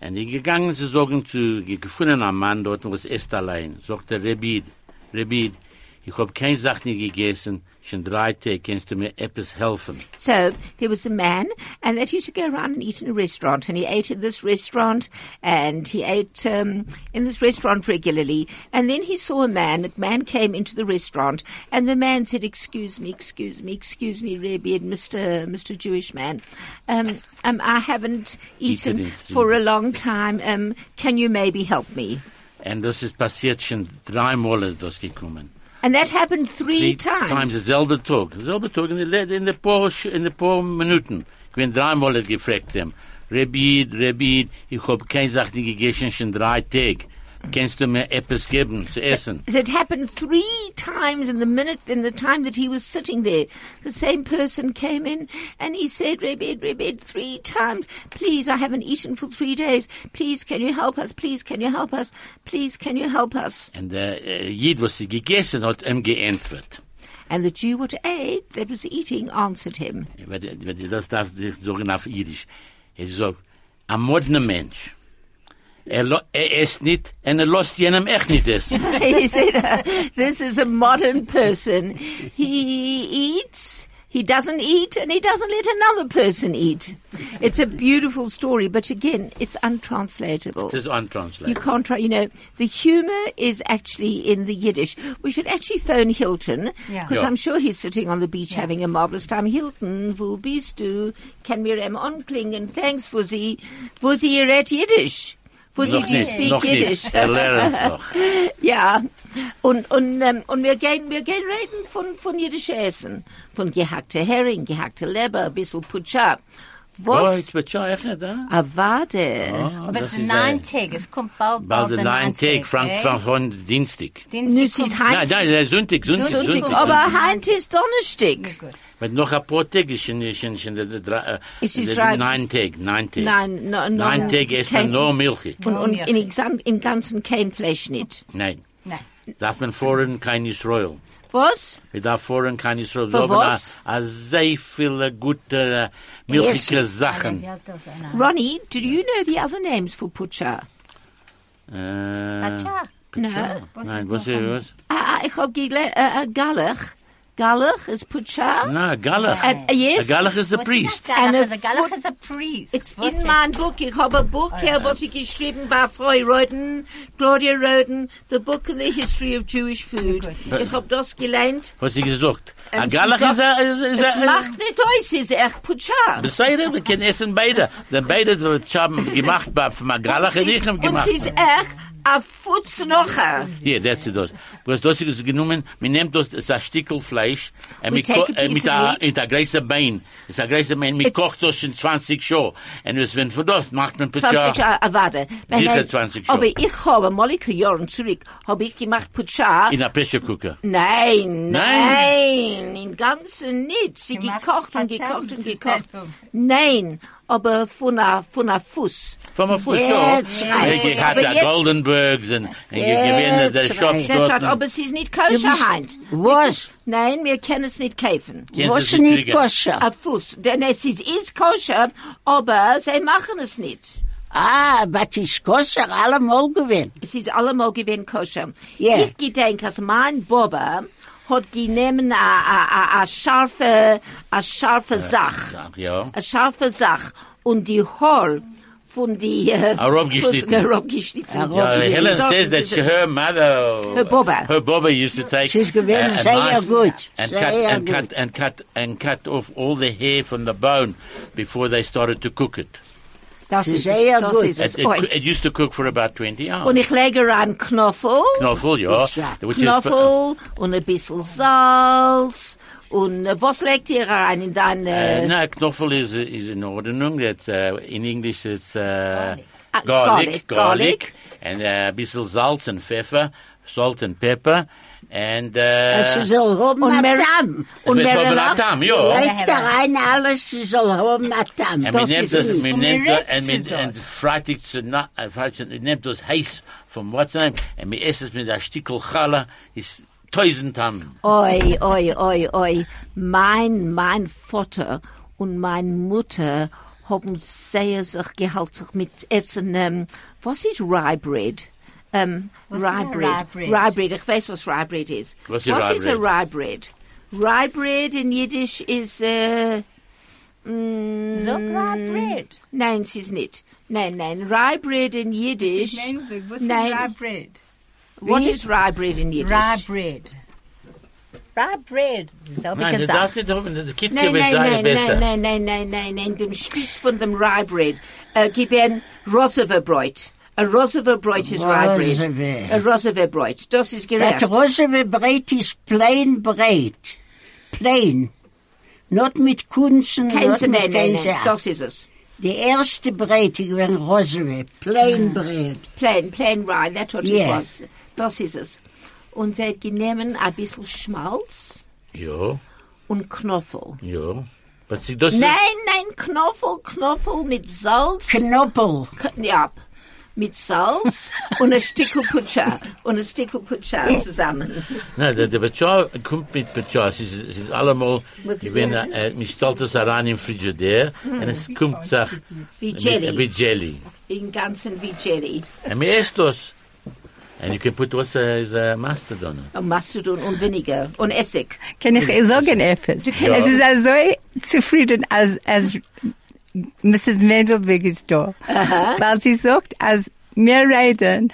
[SPEAKER 2] Und ich gegangen zu sagen, zu ich gefunden einen Mann dort, was ist allein. Sagt der Rebid, Rebid, ich hab keine Sache nicht gegessen, schon drei Tage, kannst du mir etwas helfen?
[SPEAKER 1] So there was a man, and that used to go around and eat in a restaurant. And he ate at this restaurant, and he ate um, in this restaurant regularly. And then he saw a man. A man came into the restaurant, and the man said, "Excuse me, excuse me, excuse me, Rebbe, Mister Mister Jewish man, um, um, I haven't
[SPEAKER 2] Eaten
[SPEAKER 1] eaten
[SPEAKER 2] it.
[SPEAKER 1] for a long time. Um, can you maybe help me?"
[SPEAKER 2] Und das ist passiert schon dreimal ist das gekommen.
[SPEAKER 1] And that happened three, times.
[SPEAKER 2] derselbe Tag. Derselbe Tag in der, in der paar, Sch- in der paar Minuten. Ich bin dreimal hat gefragt dem. Rebid, Rebid, ich hab keine Sache nicht gegessen schon drei Tage. Kannst du mir etwas geben zu essen?
[SPEAKER 1] So it happened three times in the minute, in the time that he was sitting there. The same person came in and he said, Rebid, Rebid, three times. Please, I haven't eaten for three days. Please, can you help us? Please, can you help us? Please, can you help us?
[SPEAKER 2] Und der äh, Jid, was sie gegessen hat, ihm geantwortet.
[SPEAKER 1] And the Jew what ate that was eating answered him.
[SPEAKER 2] Weil- weil Das darf ich sagen auf Jiddisch. Er sagt, ein moderner Mensch. Er, lo- er isst nicht und er lässt jenem echt nicht essen.
[SPEAKER 1] he said, uh, this is a modern person. He eats, he doesn't eat, and he doesn't let another person eat. It's a beautiful story, but again, it's untranslatable.
[SPEAKER 2] Das ist
[SPEAKER 1] You
[SPEAKER 2] untranslated.
[SPEAKER 1] can't try, you know, the humour is actually in the Yiddish. We should actually phone Hilton,
[SPEAKER 5] Yeah.
[SPEAKER 1] because
[SPEAKER 2] Yeah.
[SPEAKER 1] I'm sure he's sitting on the beach having a marvellous time. Hilton, wo bist du? Can wir am anklingen? Thanks, Fuzzy. Fuzzy, ihr redet Yiddish. Fuzzy,
[SPEAKER 2] Noch
[SPEAKER 1] do you
[SPEAKER 2] nicht,
[SPEAKER 1] speak
[SPEAKER 2] noch
[SPEAKER 1] Yiddish?
[SPEAKER 2] nicht. Er lernt noch.
[SPEAKER 1] Ja, und, und, ähm, und wir gehen, wir gehen reden von, von jiddisch Essen. Von gehackter Hering, gehackter Leber, ein bisschen Putscha.
[SPEAKER 2] Oh,
[SPEAKER 1] Was?
[SPEAKER 2] jetzt wird schon echt nicht, ah?
[SPEAKER 1] Ah, warte.
[SPEAKER 2] Ah,
[SPEAKER 3] But
[SPEAKER 2] das
[SPEAKER 3] the
[SPEAKER 2] ist, äh,
[SPEAKER 3] nine tag, es kommt bald,
[SPEAKER 2] Bald der
[SPEAKER 3] the
[SPEAKER 2] nein
[SPEAKER 3] nine
[SPEAKER 2] Tag,
[SPEAKER 3] tag,
[SPEAKER 2] Frank,
[SPEAKER 3] eh?
[SPEAKER 2] Frank, Frank, Dienstag.
[SPEAKER 1] Nu
[SPEAKER 3] Dienstag
[SPEAKER 1] sieht
[SPEAKER 3] kommt-
[SPEAKER 2] Nein,
[SPEAKER 1] Heinz.
[SPEAKER 2] nein, nein, Sonntag, Sonntag,
[SPEAKER 3] Sonntag,
[SPEAKER 2] Sonntag.
[SPEAKER 1] Aber Heinz ist Donnerstag.
[SPEAKER 2] Mit noch ein paar Tage ist schon, ist schon, ist schon der, der, drei- äh,
[SPEAKER 1] Ist es
[SPEAKER 2] der
[SPEAKER 1] drei-
[SPEAKER 2] nein Tag, nein Tag.
[SPEAKER 1] Nein, no, no,
[SPEAKER 2] Nein Tag ist man
[SPEAKER 1] kein-
[SPEAKER 2] nur milchig.
[SPEAKER 1] Und, und in, exam- im Ganzen kein Fleisch nicht.
[SPEAKER 2] Nein.
[SPEAKER 5] Nein.
[SPEAKER 2] Darf man vorhin kein Israel.
[SPEAKER 1] Was?
[SPEAKER 2] Wir darf vorhin kein Israel.
[SPEAKER 1] Für
[SPEAKER 2] So haben
[SPEAKER 1] was?
[SPEAKER 2] wir sehr viele gute, äh,
[SPEAKER 3] Also,
[SPEAKER 2] milchige Sachen.
[SPEAKER 1] Ronnie, do you know the other names for Putscha?
[SPEAKER 2] Äh,
[SPEAKER 3] Acha.
[SPEAKER 1] No.
[SPEAKER 2] nein, was ist was?
[SPEAKER 1] Ah, ich hab gegle äh, äh, Galach. Galach is Pucha.
[SPEAKER 2] Na, Galach.
[SPEAKER 1] And, uh, yes.
[SPEAKER 2] A Galach Nou, is a priest.
[SPEAKER 1] And
[SPEAKER 5] And
[SPEAKER 1] a
[SPEAKER 5] a Galach is a priest.
[SPEAKER 1] It's
[SPEAKER 5] Was
[SPEAKER 1] in
[SPEAKER 5] it?
[SPEAKER 1] mein Buch. Ich habe ein Buch hier, was ich geschrieben bei Frau Roden, Gloria Roden, The Book and the History of Jewish Food. Ich habe das gelernt.
[SPEAKER 2] Was ich gesagt? A
[SPEAKER 1] Ähm,
[SPEAKER 2] Galach
[SPEAKER 1] sie
[SPEAKER 2] is a... is a- is
[SPEAKER 1] Es
[SPEAKER 2] a-
[SPEAKER 1] macht nicht aus, es ist echt Pucha.
[SPEAKER 2] Beseide, äh, wir können essen beide. Denn beide wird haben gemacht, bei Magalach und ich haben
[SPEAKER 1] Und
[SPEAKER 2] gemacht.
[SPEAKER 1] sie ist echt a Futz nocher.
[SPEAKER 2] Hier, that's it. Das. Was das ist genommen, man nimmt das, das ein Stückel Fleisch, und
[SPEAKER 1] We
[SPEAKER 2] mit,
[SPEAKER 1] take a
[SPEAKER 2] ko-
[SPEAKER 1] piece
[SPEAKER 2] äh, mit
[SPEAKER 1] of
[SPEAKER 2] einer,
[SPEAKER 1] meat.
[SPEAKER 2] mit einer großen Bein. Das ist ein großer Bein, man
[SPEAKER 1] It's-
[SPEAKER 2] kocht das in 20 Show. Und was, wenn für das, macht man
[SPEAKER 1] 20
[SPEAKER 2] Pizza.
[SPEAKER 1] Jahre, ah, warte. Wenn
[SPEAKER 2] Sicher
[SPEAKER 1] er-
[SPEAKER 2] 20
[SPEAKER 1] Aber
[SPEAKER 2] schon.
[SPEAKER 1] ich habe mal ein paar Jahre zurück, habe ich gemacht Pucha.
[SPEAKER 2] In a pressure cooker.
[SPEAKER 1] Nein,
[SPEAKER 2] Nein.
[SPEAKER 1] nein, im Ganzen nicht. Sie
[SPEAKER 5] Gemacht
[SPEAKER 1] gekocht und
[SPEAKER 5] Pizza,
[SPEAKER 1] gekocht
[SPEAKER 5] das
[SPEAKER 1] und
[SPEAKER 5] ist
[SPEAKER 1] gekocht.
[SPEAKER 5] nicht so.
[SPEAKER 1] Nein, aber von a, von a Fuß.
[SPEAKER 2] Von mir Fuß, ja.
[SPEAKER 4] Jetzt reicht's.
[SPEAKER 2] Ich hatte
[SPEAKER 1] Aber jetzt-
[SPEAKER 2] Goldenbergs und, und ich gewinne der
[SPEAKER 4] Jetzt
[SPEAKER 2] Shop
[SPEAKER 4] reicht's.
[SPEAKER 2] dort.
[SPEAKER 1] Deshalb, aber es ist nicht koscher, Heinz.
[SPEAKER 4] Was?
[SPEAKER 1] Nein, wir können es nicht kaufen.
[SPEAKER 2] Kennst du
[SPEAKER 4] Was
[SPEAKER 2] das
[SPEAKER 4] nicht
[SPEAKER 2] Krieger?
[SPEAKER 4] koscher?
[SPEAKER 1] A Fuß. Denn es ist, ist koscher, aber sie machen es nicht.
[SPEAKER 4] Ah, was ist koscher? Allemal gewinnt.
[SPEAKER 1] Es ist allemal gewesen koscher.
[SPEAKER 4] Ja.
[SPEAKER 1] Ich gedenke, dass mein Baba hat genommen a, a, a, a scharfe, a scharfe Sach.
[SPEAKER 2] Äh, Sach, ja.
[SPEAKER 1] A scharfe Sach. Und die Haar von die... Äh,
[SPEAKER 2] Ah, rumgeschnitten.
[SPEAKER 1] von- äh, rumgeschnitten.
[SPEAKER 2] Ja,
[SPEAKER 1] Sie sind
[SPEAKER 2] Helen
[SPEAKER 1] dort
[SPEAKER 2] says
[SPEAKER 1] und
[SPEAKER 2] that
[SPEAKER 1] sie-
[SPEAKER 2] she, her mother,
[SPEAKER 1] Her Baba.
[SPEAKER 2] her Baba used to take.
[SPEAKER 4] She's gewesen
[SPEAKER 2] a- a
[SPEAKER 4] sehr
[SPEAKER 2] knife
[SPEAKER 4] gut,
[SPEAKER 2] And
[SPEAKER 4] sehr
[SPEAKER 2] cut and
[SPEAKER 4] gut.
[SPEAKER 2] cut and cut and cut off all the hair from the bone before they started to cook it.
[SPEAKER 1] Das
[SPEAKER 4] Sie
[SPEAKER 1] ist
[SPEAKER 4] sehr
[SPEAKER 1] es, das
[SPEAKER 4] gut.
[SPEAKER 1] ist es.
[SPEAKER 2] It, it,
[SPEAKER 1] Oi.
[SPEAKER 2] coo- it used to cook for about twenty hours.
[SPEAKER 1] Und ich lege rein Knoffel.
[SPEAKER 2] Knoffel, ja,
[SPEAKER 4] Ja.
[SPEAKER 2] which is äh,
[SPEAKER 1] Knoffel und ein bisschen Salz. Und äh, was legt ihr rein in deine...
[SPEAKER 2] uh, no knoffel is is in Ordnung. That's uh, in English. It's uh,
[SPEAKER 1] Ah, garlic,
[SPEAKER 2] garlic, garlic,
[SPEAKER 1] garlic.
[SPEAKER 2] and uh, bissel salt and pfeffer, salt and pepper, and
[SPEAKER 4] Es
[SPEAKER 2] uh,
[SPEAKER 4] soll haben
[SPEAKER 1] Und
[SPEAKER 4] a
[SPEAKER 1] Mary-
[SPEAKER 4] Tamm.
[SPEAKER 1] und
[SPEAKER 2] with
[SPEAKER 1] Merelach.
[SPEAKER 2] boblatam, yeah.
[SPEAKER 4] Legt da rein alles, sie soll haben a Tamm.
[SPEAKER 2] En men
[SPEAKER 1] Dat
[SPEAKER 2] neemt
[SPEAKER 1] is
[SPEAKER 2] dus,
[SPEAKER 1] het.
[SPEAKER 2] men
[SPEAKER 5] Om
[SPEAKER 2] neemt
[SPEAKER 5] direct
[SPEAKER 2] dat, en men,
[SPEAKER 5] te
[SPEAKER 2] en
[SPEAKER 5] doen.
[SPEAKER 2] vraagt ik ze na, en vraagt ze, men neemt dus heis van wat zijn, en men eet het met een stukkel gala, is duizend ham.
[SPEAKER 1] Oi, oi, oi, oi. Mein, mein Vater und meine Mutter haben sehr sich gehalten mit Essen. Ähm, was ist Rye Bread? Ähm,
[SPEAKER 3] Was
[SPEAKER 1] Rye
[SPEAKER 3] ist
[SPEAKER 1] Bread.
[SPEAKER 3] Rye Bread?
[SPEAKER 1] Rye Bread. Ich weiß, was Rye Bread ist.
[SPEAKER 2] Was ist Rye
[SPEAKER 1] a Rye Bread? Rye Bread in Jiddisch ist, äh, mm,
[SPEAKER 5] So rye bread.
[SPEAKER 1] nein, es ist nicht. Nein, nein, Rye Bread in Jiddisch.
[SPEAKER 5] What's
[SPEAKER 1] nein,
[SPEAKER 5] rye bread?
[SPEAKER 1] what is Rye Bread in Jiddisch?
[SPEAKER 3] Rye
[SPEAKER 5] Bread.
[SPEAKER 3] Rye bread. Selbe
[SPEAKER 2] Nein, das darf
[SPEAKER 3] gesagt.
[SPEAKER 2] nicht hoffen, das Kind
[SPEAKER 1] Nein,
[SPEAKER 2] wird
[SPEAKER 1] nein,
[SPEAKER 2] sein
[SPEAKER 1] nein, nein,
[SPEAKER 2] besser.
[SPEAKER 1] nein, nein, nein, nein, nein, dem Spitz von dem Rye-Bread. Äh, gib ein Roseverbräut. Ein Roseverbräut ist Rye-Bread.
[SPEAKER 4] Rosever.
[SPEAKER 1] Ein Roseverbräut. Das ist gerecht.
[SPEAKER 4] That Rosary bread is plain bread. Plain. Not mit Kunzen,
[SPEAKER 1] Kein
[SPEAKER 4] not
[SPEAKER 1] Sie, nein,
[SPEAKER 4] mit
[SPEAKER 1] nein, nein,
[SPEAKER 4] Käse.
[SPEAKER 1] das ist es.
[SPEAKER 4] Die erste Breite gewesen Rosary, plain bread.
[SPEAKER 1] Plain, plain Rye, that what it
[SPEAKER 4] Yeah.
[SPEAKER 1] was. Das ist es. Und sie hat genommen ein bisschen Schmalz
[SPEAKER 2] Ja,
[SPEAKER 1] und Knoffel.
[SPEAKER 2] ja. Was sie das
[SPEAKER 1] Nein, nein, Knoffel, Knoffel mit Salz.
[SPEAKER 4] Knoppel.
[SPEAKER 1] K- ja, mit Salz und ein Stückel Putscher. Und ein Stückel Putscher zusammen.
[SPEAKER 2] Nein, der, der Becher kommt mit Becher. Es ist, es ist allemal,
[SPEAKER 1] With
[SPEAKER 2] ich bin, äh, man stellt das rein im Frigidaire, und es kommt sach,
[SPEAKER 1] Wie
[SPEAKER 2] mit-
[SPEAKER 1] Jelly.
[SPEAKER 2] mit Hmm. Jelly.
[SPEAKER 1] in ganzen wie Jelly.
[SPEAKER 2] Und man isst das. And you can put what's uh, is a mustard on it.
[SPEAKER 1] Und Mastodon und Vinegar und Essig.
[SPEAKER 3] Kann ich ihr sagen etwas?
[SPEAKER 2] Ja.
[SPEAKER 3] Es ist also so zufrieden, als, als Mrs. Mendelberg ist da. Weil sie sagt, als wir reden,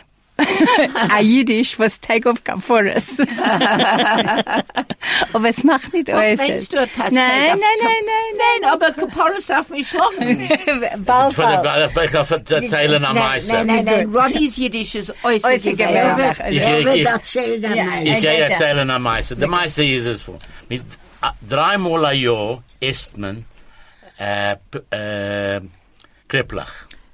[SPEAKER 3] a Jiddisch, was Tag auf Kaporas. Aber es macht nicht
[SPEAKER 1] Was
[SPEAKER 3] alles.
[SPEAKER 1] meinst du, das Tag auf
[SPEAKER 3] Nein, nein, nein, nein,
[SPEAKER 1] Nein, aber Kaporas darf mich schlagen.
[SPEAKER 3] nein. Bald,
[SPEAKER 2] Von der
[SPEAKER 3] bald.
[SPEAKER 2] Beichler verzeilen am
[SPEAKER 1] Nein,
[SPEAKER 2] Eisen.
[SPEAKER 1] nein, nein, nein. Roddy's Jiddisch ist äußerst
[SPEAKER 3] Äußerst
[SPEAKER 1] gewählt.
[SPEAKER 3] gewählt.
[SPEAKER 4] Wer
[SPEAKER 2] Ich- ich-
[SPEAKER 4] wird
[SPEAKER 2] ich-
[SPEAKER 4] erzählen am
[SPEAKER 3] Ja.
[SPEAKER 4] meisten?
[SPEAKER 2] Ich
[SPEAKER 3] Hij
[SPEAKER 2] gehe
[SPEAKER 3] weet dat.
[SPEAKER 2] erzählen am Meister. Der Meister ist es vor. Mit äh, dreimal ein Jahr isst man äh, p- äh, Kreplach.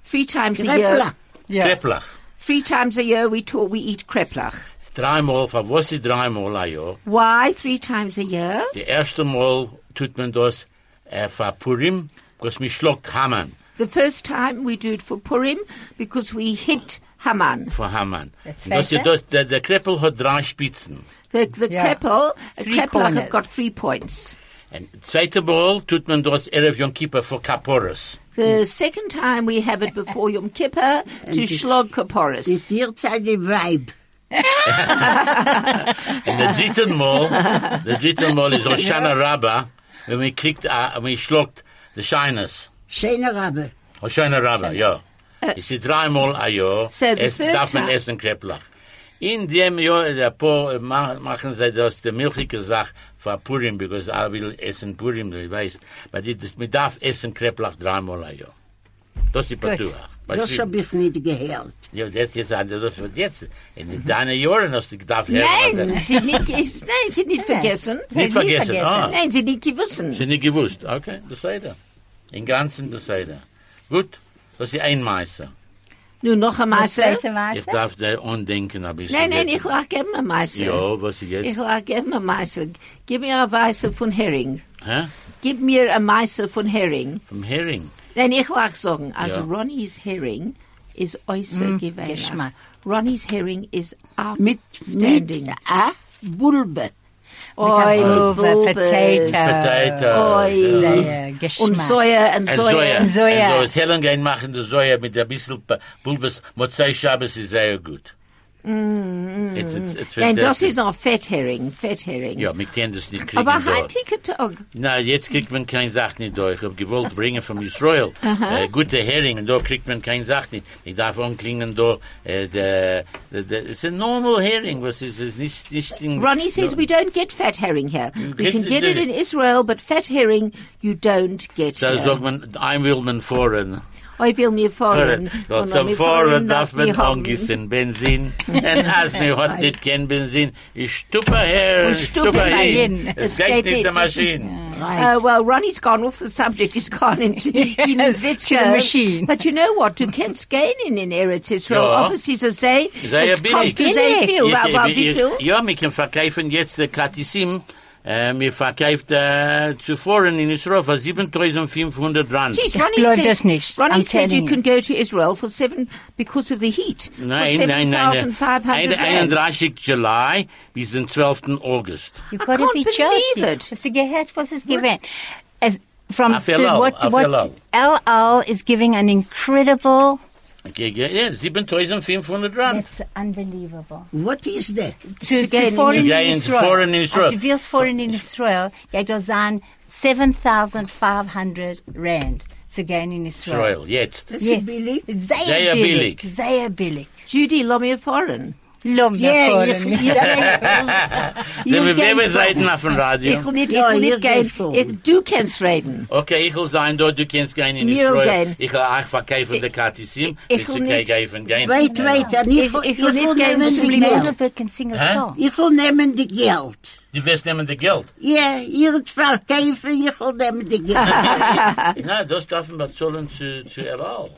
[SPEAKER 1] Three times a year.
[SPEAKER 4] Knöppler.
[SPEAKER 2] Kreplach.
[SPEAKER 1] Three times a year we talk, we eat kreplach.
[SPEAKER 2] Dreimal, von was ist dreimal ein Jahr?
[SPEAKER 1] Why three times a year?
[SPEAKER 2] Die erste Mal tut man das äh, von Purim, was mich schluckt Haman.
[SPEAKER 1] The first time we do it for Purim because we hit Haman.
[SPEAKER 2] Von Haman.
[SPEAKER 3] Das
[SPEAKER 2] Und Das ist
[SPEAKER 3] zweite?
[SPEAKER 2] das, der, der Kreppel hat drei Spitzen.
[SPEAKER 1] The, the
[SPEAKER 3] Yeah.
[SPEAKER 1] kreppel,
[SPEAKER 3] Three
[SPEAKER 1] kreplach have
[SPEAKER 3] corners.
[SPEAKER 1] got three points.
[SPEAKER 2] Und das zweite Mal tut man das Erev Yom Kippur für Kaporas.
[SPEAKER 3] Mm.
[SPEAKER 1] The second time we have it before Yom Kippur to Shlog
[SPEAKER 4] Die
[SPEAKER 1] Kapporis.
[SPEAKER 4] vierte Zeit die Weib.
[SPEAKER 2] In der dritten Mal, der dritten Mal ist Hoshana Rabba, wenn man kriegt, äh, wenn man schluckt, the shyness.
[SPEAKER 4] Schöne Rabbe.
[SPEAKER 2] Hoshana Rabba, ja. Es ist dreimal ein Jahr,
[SPEAKER 1] So, the
[SPEAKER 2] ah, es
[SPEAKER 1] third
[SPEAKER 2] darf man
[SPEAKER 1] time.
[SPEAKER 2] essen Kreplach. In dem Jahr, der Po, äh, ma- machen sie das, die milchige Sache für Purim, because I will essen Purim, ich weiß. But it, is- man darf essen Kreplach dreimal ein Jahr. Das ist die Patua.
[SPEAKER 4] Das habe ich nicht gehört.
[SPEAKER 2] Ja, das ist anders, das wird jetzt. In deinen Jahren hast du gedacht, Herr,
[SPEAKER 1] Nein,
[SPEAKER 2] was-
[SPEAKER 1] sie nicht, is- nein, sie nicht vergessen.
[SPEAKER 2] Nicht vergessen, ah.
[SPEAKER 1] Nein, sie nicht gewusst.
[SPEAKER 2] Sie nicht gewusst. Okay, das seid ihr. Im Ganzen, das seid ihr. Gut, das ist ein Meister.
[SPEAKER 1] Nur noch einmal.
[SPEAKER 3] Das
[SPEAKER 1] Sir.
[SPEAKER 3] zweite Mal.
[SPEAKER 2] Ich darf dir undenken ein bisschen.
[SPEAKER 1] Nein, nein, ich lag geben mir Meißel.
[SPEAKER 2] Ja, was ist
[SPEAKER 1] Ich
[SPEAKER 2] jetzt?
[SPEAKER 1] lag geben mir Meißel. Gib mir eine Weiße von Hering.
[SPEAKER 2] Hä?
[SPEAKER 1] Gib mir eine Meißel von Hering.
[SPEAKER 2] Vom Hering.
[SPEAKER 1] Nein, ich lag sagen, also
[SPEAKER 2] Ja.
[SPEAKER 1] Ronnie's Hering is äußer
[SPEAKER 2] Mm,
[SPEAKER 1] gewesen.
[SPEAKER 3] Geschmack.
[SPEAKER 1] Ronnie's Hering is
[SPEAKER 4] Mit,
[SPEAKER 1] outstanding.
[SPEAKER 4] mit a Bulbe.
[SPEAKER 1] Oi,
[SPEAKER 3] Pulver,
[SPEAKER 1] Bulbes.
[SPEAKER 3] Potato.
[SPEAKER 2] Potato.
[SPEAKER 1] Oi.
[SPEAKER 2] Eh, oh, ja.
[SPEAKER 3] Sehr
[SPEAKER 1] Und
[SPEAKER 3] Geschmack.
[SPEAKER 1] Säuer, und
[SPEAKER 2] Ein Säuer.
[SPEAKER 1] Säuer.
[SPEAKER 2] Ein
[SPEAKER 3] Säuer.
[SPEAKER 2] Säuer. Das Helen gehen machen, das Säuer mit ein bisschen Pa- Pulvers. Mozai Schabes ist sehr gut. Mm, it's, it's, it's
[SPEAKER 1] Nein, das
[SPEAKER 2] fantastic.
[SPEAKER 1] ist noch Fetthering, Fetthering.
[SPEAKER 2] Ja, dus wir können das nicht kriegen.
[SPEAKER 1] Aber
[SPEAKER 2] dort.
[SPEAKER 1] ein Ticketog.
[SPEAKER 2] Na, jetzt kriegt man kein Sach nicht durch. Ich hab gewollt bringen von Israel. Äh, gute Hering, da kriegt man kein Sach nicht. Ich darf anklingen da, äh, der, der, der, es ist ein normal Hering, was ist es nicht, nicht in,
[SPEAKER 1] Ronnie says we don't get fat herring here. We
[SPEAKER 2] get
[SPEAKER 1] can
[SPEAKER 2] it
[SPEAKER 1] get it
[SPEAKER 2] there.
[SPEAKER 1] in Israel, but fat herring you don't get
[SPEAKER 2] So
[SPEAKER 1] here.
[SPEAKER 2] sagt man, ein will man fahren.
[SPEAKER 1] I will mir fahren.
[SPEAKER 2] Doch
[SPEAKER 1] Und
[SPEAKER 2] zum
[SPEAKER 1] mir
[SPEAKER 2] Fahren darf man
[SPEAKER 1] mir haben.
[SPEAKER 2] angissen Benzin. Und als mir hat nicht kein Benzin, ich stuppe her,
[SPEAKER 1] Und
[SPEAKER 2] ich
[SPEAKER 1] stuppe
[SPEAKER 2] stuppe
[SPEAKER 1] hin.
[SPEAKER 2] hin. Es geht nicht der Maschine.
[SPEAKER 1] Uh, well, Ronnie's gone off the subject. He's gone into yes,
[SPEAKER 3] to the machine.
[SPEAKER 1] But you know what? Du kannst gehen in in Eretz Israel.
[SPEAKER 2] Ja.
[SPEAKER 1] Aber sie so say,
[SPEAKER 2] Sei ja
[SPEAKER 1] es
[SPEAKER 2] billig.
[SPEAKER 1] kostet sehr
[SPEAKER 3] Billig.
[SPEAKER 1] viel. Weil, weil wie viel?
[SPEAKER 2] Ja, wir können verkaufen jetzt eh, der Katissim. Äh, mir verkauft äh, zuvor in Israel für 7500 Rand.
[SPEAKER 1] Jeez,
[SPEAKER 3] Ich
[SPEAKER 1] Ronnie
[SPEAKER 3] glaub
[SPEAKER 1] said,
[SPEAKER 3] das nicht.
[SPEAKER 1] Ronnie
[SPEAKER 3] I'm
[SPEAKER 1] said you can
[SPEAKER 3] telling you.
[SPEAKER 1] go to Israel for seven, because of the heat, for
[SPEAKER 2] Nein, nein, nein.
[SPEAKER 1] 7,500
[SPEAKER 2] Ein-
[SPEAKER 1] rand.
[SPEAKER 2] 31. July bis den 12. August.
[SPEAKER 3] You
[SPEAKER 1] I
[SPEAKER 3] gotta
[SPEAKER 1] can't
[SPEAKER 3] be
[SPEAKER 1] believe
[SPEAKER 3] joking.
[SPEAKER 1] it.
[SPEAKER 3] It's to get head was is given. As from
[SPEAKER 2] I feel low,
[SPEAKER 3] the, what
[SPEAKER 2] I feel low.
[SPEAKER 3] what LL is giving an incredible.
[SPEAKER 2] Okay, ja, ja, 7500 eh, Rand.
[SPEAKER 3] Um, It's unbelievable.
[SPEAKER 4] What is that?
[SPEAKER 3] To,
[SPEAKER 1] get
[SPEAKER 3] to foreign
[SPEAKER 2] in-
[SPEAKER 3] in
[SPEAKER 2] To get in
[SPEAKER 3] Israel.
[SPEAKER 2] foreign in Israel.
[SPEAKER 3] Uh, To deals foreign in Israel. Yeah, it was on seven thousand five hundred rand to gain in Israel.
[SPEAKER 2] Israel, jetzt.
[SPEAKER 4] Das
[SPEAKER 3] Yes.
[SPEAKER 4] ist billig.
[SPEAKER 3] Sehr
[SPEAKER 2] billig.
[SPEAKER 3] billig. Sehr billig.
[SPEAKER 1] Judy, lass mir fahren.
[SPEAKER 3] Love
[SPEAKER 4] Ja,
[SPEAKER 3] the foreign.
[SPEAKER 4] ich- ja,
[SPEAKER 2] Denn wir
[SPEAKER 4] Ihr kennt
[SPEAKER 2] werden reden auf dem
[SPEAKER 1] Ich
[SPEAKER 2] Radio.
[SPEAKER 1] will nicht, ich
[SPEAKER 4] Ja,
[SPEAKER 1] will
[SPEAKER 4] ihr
[SPEAKER 1] nicht
[SPEAKER 4] geht
[SPEAKER 1] gehen.
[SPEAKER 4] schon.
[SPEAKER 1] Ich, du kannst reden.
[SPEAKER 2] Okay, ich will sein dort, du kennst gehen in
[SPEAKER 1] Mir will
[SPEAKER 2] Israel.
[SPEAKER 1] gehen.
[SPEAKER 2] Ich will auch verkaufen der Katissim.
[SPEAKER 1] ich will
[SPEAKER 2] will
[SPEAKER 1] nicht-
[SPEAKER 4] ich- Wait, wait, and ich,
[SPEAKER 1] Ich- ich
[SPEAKER 4] ich
[SPEAKER 1] will nicht
[SPEAKER 4] will
[SPEAKER 1] gerne
[SPEAKER 4] nehmen die
[SPEAKER 1] Komplimente.
[SPEAKER 4] Geld.
[SPEAKER 3] Elizabeth can sing a
[SPEAKER 2] Huh?
[SPEAKER 3] song.
[SPEAKER 4] Ich will nehmen die Geld.
[SPEAKER 2] Du wirst nehmen das Geld.
[SPEAKER 4] Ja, ihr verkaufen, ich will nehmen die Geld.
[SPEAKER 2] Na, das darf man bezahlen zu, zu Elal.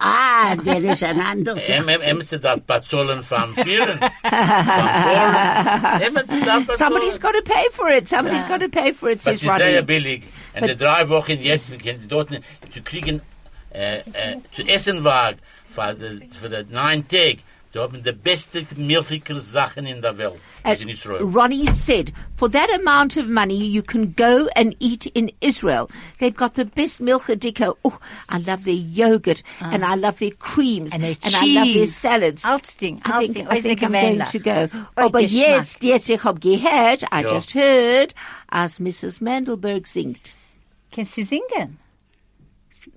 [SPEAKER 4] ah, der ist ein anderes.
[SPEAKER 2] Em, em, em, sie darf bezahlen vom Führen. Vom Fahren. Em, sie darf bezahlen.
[SPEAKER 1] Somebody's got to pay for it. Somebody's got to pay for it,
[SPEAKER 2] Das
[SPEAKER 1] says
[SPEAKER 2] ist sehr
[SPEAKER 1] Ronnie.
[SPEAKER 2] billig. Und die drei Wochen jetzt, wir können dort nicht- zu kriegen, äh, äh, zu essen war, für die, für die neun Tage, da haben die besten milchigen Sachen in der Welt.
[SPEAKER 3] Äh,
[SPEAKER 2] Das ist in Israel.
[SPEAKER 1] Ronnie said, for that amount of money, you can go and eat in Israel. They've got the best milchadika. Oh, I love their yogurt and I love their creams
[SPEAKER 3] Ah. And their
[SPEAKER 1] I love their
[SPEAKER 3] cheese. Oh,
[SPEAKER 1] salads.
[SPEAKER 3] Outsting,
[SPEAKER 1] I
[SPEAKER 3] outsting,
[SPEAKER 1] think, I think I'm going
[SPEAKER 3] Oisekavela.
[SPEAKER 1] to go. Oh,
[SPEAKER 3] Oi,
[SPEAKER 1] Aber
[SPEAKER 3] Geschmack.
[SPEAKER 1] jetzt, jetzt, ich hab gehört, I
[SPEAKER 2] Ja.
[SPEAKER 1] just heard, as Mrs. Mandelberg singt.
[SPEAKER 3] Kannst du singen?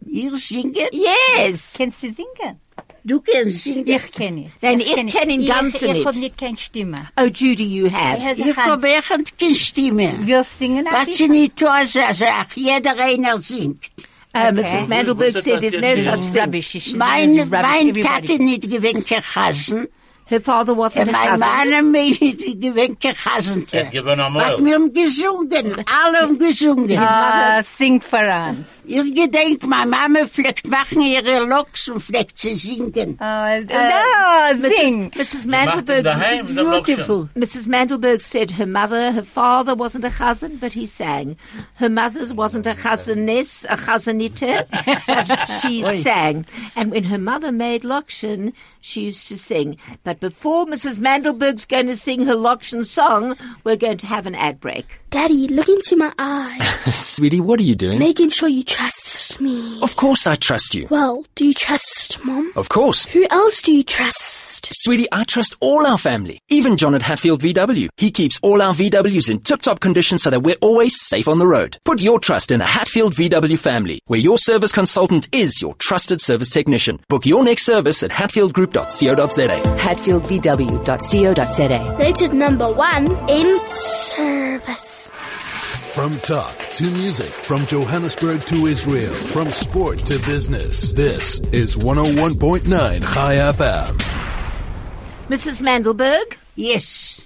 [SPEAKER 4] Ihr singen?
[SPEAKER 1] Yes!
[SPEAKER 3] Kannst du singen?
[SPEAKER 4] Du kannst singen.
[SPEAKER 3] Ich kenn ihn.
[SPEAKER 1] Nein, ich kenn ihn ganz
[SPEAKER 3] Ich, ich hab
[SPEAKER 1] nicht.
[SPEAKER 3] nicht keine Stimme.
[SPEAKER 1] Oh, Judy, you have.
[SPEAKER 3] Er
[SPEAKER 4] Ich
[SPEAKER 3] sagt,
[SPEAKER 4] habe echt keine Stimme.
[SPEAKER 3] willst du singen?
[SPEAKER 4] Was sie
[SPEAKER 3] Abby?
[SPEAKER 4] nicht tun, ist eine Sache. Jeder einer singt.
[SPEAKER 1] Uh, Mrs. Mandelberg
[SPEAKER 2] What's
[SPEAKER 1] said
[SPEAKER 2] that
[SPEAKER 1] there's no such
[SPEAKER 2] that you
[SPEAKER 3] It's
[SPEAKER 1] thing.
[SPEAKER 3] rubbish. It's
[SPEAKER 4] Mein,
[SPEAKER 3] rubbish.
[SPEAKER 4] mein
[SPEAKER 3] Everybody.
[SPEAKER 4] Tate nicht gewinnt gehasen.
[SPEAKER 1] Her father wasn't a
[SPEAKER 4] Mein
[SPEAKER 1] cousin.
[SPEAKER 4] Mann nicht gewinnt gehasen.
[SPEAKER 2] Er hat gewonnen am Oil.
[SPEAKER 4] Hat mir gesungen. Alle haben gesungen.
[SPEAKER 3] Ah, sing for uns.
[SPEAKER 4] Ihr gedenkt, meine Mama fleckt machen ihre Loks und fleckt sie singen.
[SPEAKER 3] Oh, no, sing.
[SPEAKER 1] äh, Mrs.
[SPEAKER 2] Macht ihn
[SPEAKER 1] Uh, Mandelberg.
[SPEAKER 2] daheim, dann läuft schon.
[SPEAKER 4] Beautiful.
[SPEAKER 1] Mrs. Mandelberg said her mother, her father wasn't a cousin, but he sang. Her mother wasn't a cousiness, a cousinita, but she sang. And when her mother made lokshin, she used to sing. But before Mrs. Mandelberg's going to sing her Lokshan song, we're going to have an ad break.
[SPEAKER 8] Daddy, look into my eyes,
[SPEAKER 9] Sweetie, what are you doing?
[SPEAKER 8] making sure you trust me.
[SPEAKER 9] Of course I trust you.
[SPEAKER 8] Well, do you trust Mom?
[SPEAKER 9] Of course.
[SPEAKER 8] Who else do you trust?
[SPEAKER 9] Sweetie, I trust all our family. Even John at Hatfield VW. He keeps all our VWs in tip-top condition so that we're always safe on the road. Put your trust in the Hatfield VW family, where your service consultant is your trusted service technician. Book your next service at hatfieldgroup.co.za.
[SPEAKER 10] HatfieldVW.co.za.
[SPEAKER 8] Rated number one in service.
[SPEAKER 6] From talk to music, from Johannesburg to Israel, from sport to business, this is 101.9 High FM.
[SPEAKER 1] Mrs. Mandelberg,
[SPEAKER 4] Yes,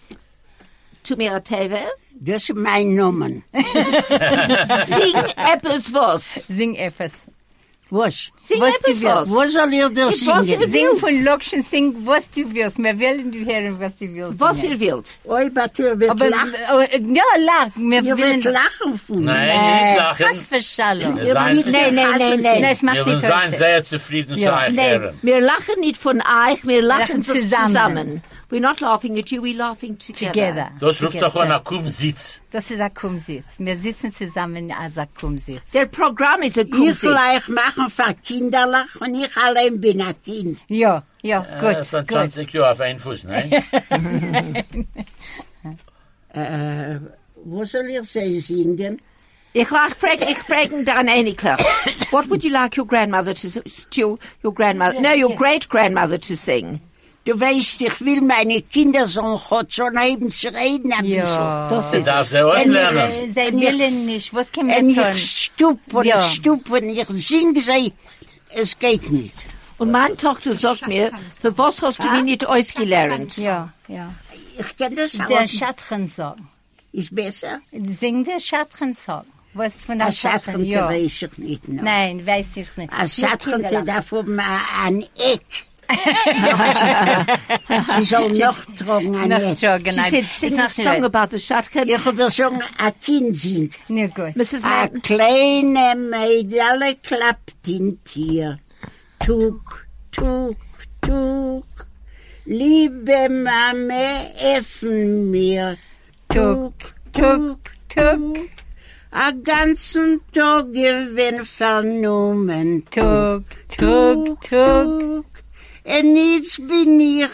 [SPEAKER 1] to mir a teve.
[SPEAKER 4] das ist mein Name.
[SPEAKER 1] Sing etwas was.
[SPEAKER 3] Sing etwas.
[SPEAKER 4] Was?
[SPEAKER 1] Sing
[SPEAKER 3] Was
[SPEAKER 1] etwas
[SPEAKER 3] du
[SPEAKER 1] was.
[SPEAKER 3] willst.
[SPEAKER 4] Was soll ihr da
[SPEAKER 1] Ich weiß
[SPEAKER 4] singen?
[SPEAKER 1] nicht.
[SPEAKER 3] Sing von Lokschen, sing was du willst. Wir wollen du hören, was du willst.
[SPEAKER 1] Was
[SPEAKER 3] singen.
[SPEAKER 1] ihr wollt.
[SPEAKER 4] Oi, Batur wird
[SPEAKER 3] Aber,
[SPEAKER 4] lachen.
[SPEAKER 3] aber, ja, lach. Wir
[SPEAKER 4] Ihr
[SPEAKER 3] wollen...
[SPEAKER 4] wird lachen von mir.
[SPEAKER 2] Nein, nicht lachen.
[SPEAKER 3] Was für Schallung.
[SPEAKER 2] Wir
[SPEAKER 4] Nein,
[SPEAKER 2] sind-
[SPEAKER 1] Nein, nein, nein,
[SPEAKER 3] Nein,
[SPEAKER 1] nein.
[SPEAKER 3] es macht
[SPEAKER 2] wir
[SPEAKER 3] nicht
[SPEAKER 2] sein
[SPEAKER 3] Sinn.
[SPEAKER 2] sehr zufrieden zu
[SPEAKER 3] Ja.
[SPEAKER 2] euch,
[SPEAKER 1] Nein,
[SPEAKER 2] Herren.
[SPEAKER 1] wir lachen nicht von euch, wir lachen
[SPEAKER 3] Lachen
[SPEAKER 1] zusammen.
[SPEAKER 3] zusammen.
[SPEAKER 1] zusammen. We're not laughing at you, we're laughing together.
[SPEAKER 3] Together.
[SPEAKER 2] Das ruft doch
[SPEAKER 3] Together.
[SPEAKER 2] an Akumsitz.
[SPEAKER 3] Das ist Akumsitz. Wir sitzen zusammen als Akumsitz.
[SPEAKER 1] Their program is a
[SPEAKER 4] Ich will
[SPEAKER 1] kumsitz.
[SPEAKER 4] euch machen für Kinder lachen und ich allein bin ein Kind.
[SPEAKER 3] Ja, ja,
[SPEAKER 2] Äh,
[SPEAKER 3] gut,
[SPEAKER 2] Von
[SPEAKER 3] gut.
[SPEAKER 2] 20 Jahre auf einen Fuß, nein?
[SPEAKER 4] Äh, wo soll ich sie singen?
[SPEAKER 1] Ich lach frag, ich fragen dann Enikler. What would you like your grandmother to, s- to your grandmother, no, your great grandmother to sing?
[SPEAKER 4] Du weißt, ich will meine Kinder so Gott so neben zu reden ein
[SPEAKER 3] Ja.
[SPEAKER 1] Das
[SPEAKER 2] Sie
[SPEAKER 1] ist
[SPEAKER 2] darf sie
[SPEAKER 3] Äh,
[SPEAKER 2] auslernen.
[SPEAKER 3] Sie wollen nicht. Was können
[SPEAKER 4] bisschen. Und
[SPEAKER 3] wir
[SPEAKER 4] ich
[SPEAKER 3] tun?
[SPEAKER 4] stup und
[SPEAKER 3] Ja.
[SPEAKER 4] stup und ich sing sie. Es geht nicht.
[SPEAKER 1] Und meine Tochter sagt mir, für was hast du mich nicht ausgelernt?
[SPEAKER 3] Ja, ja.
[SPEAKER 4] Ich kann das
[SPEAKER 3] Der
[SPEAKER 4] auch.
[SPEAKER 3] Schattchensong.
[SPEAKER 4] Ist besser?
[SPEAKER 3] Sing der Schattchensong. Was von der
[SPEAKER 4] Ein Schatten
[SPEAKER 3] Schatten? Ja.
[SPEAKER 4] weiß ich nicht
[SPEAKER 3] nou.
[SPEAKER 4] noch.
[SPEAKER 3] Nein, weiß ich nicht.
[SPEAKER 4] Ein Schatten
[SPEAKER 3] Nur Kinderlach.
[SPEAKER 4] darf um ein Eck. Sie soll noch tragen ein
[SPEAKER 3] Noch
[SPEAKER 4] Eck.
[SPEAKER 3] so,
[SPEAKER 1] She
[SPEAKER 3] genau.
[SPEAKER 1] said,
[SPEAKER 3] Es
[SPEAKER 1] sing a
[SPEAKER 3] macht nicht
[SPEAKER 1] song
[SPEAKER 3] weit.
[SPEAKER 1] about the Shatkan.
[SPEAKER 4] Ich würde sagen, ein Kind singt.
[SPEAKER 3] Na gut.
[SPEAKER 1] Mrs.
[SPEAKER 4] A
[SPEAKER 1] Mann,
[SPEAKER 4] kleine Maid, alle klappt in Tier. Tuk, tuk, tuk. Liebe Mame, öffn mir.
[SPEAKER 3] Tuk, tuk, tuk,
[SPEAKER 4] A ganzen Tag gewinn vernommen.
[SPEAKER 3] tuk, tuk, tuk,
[SPEAKER 4] En jetzt bin ich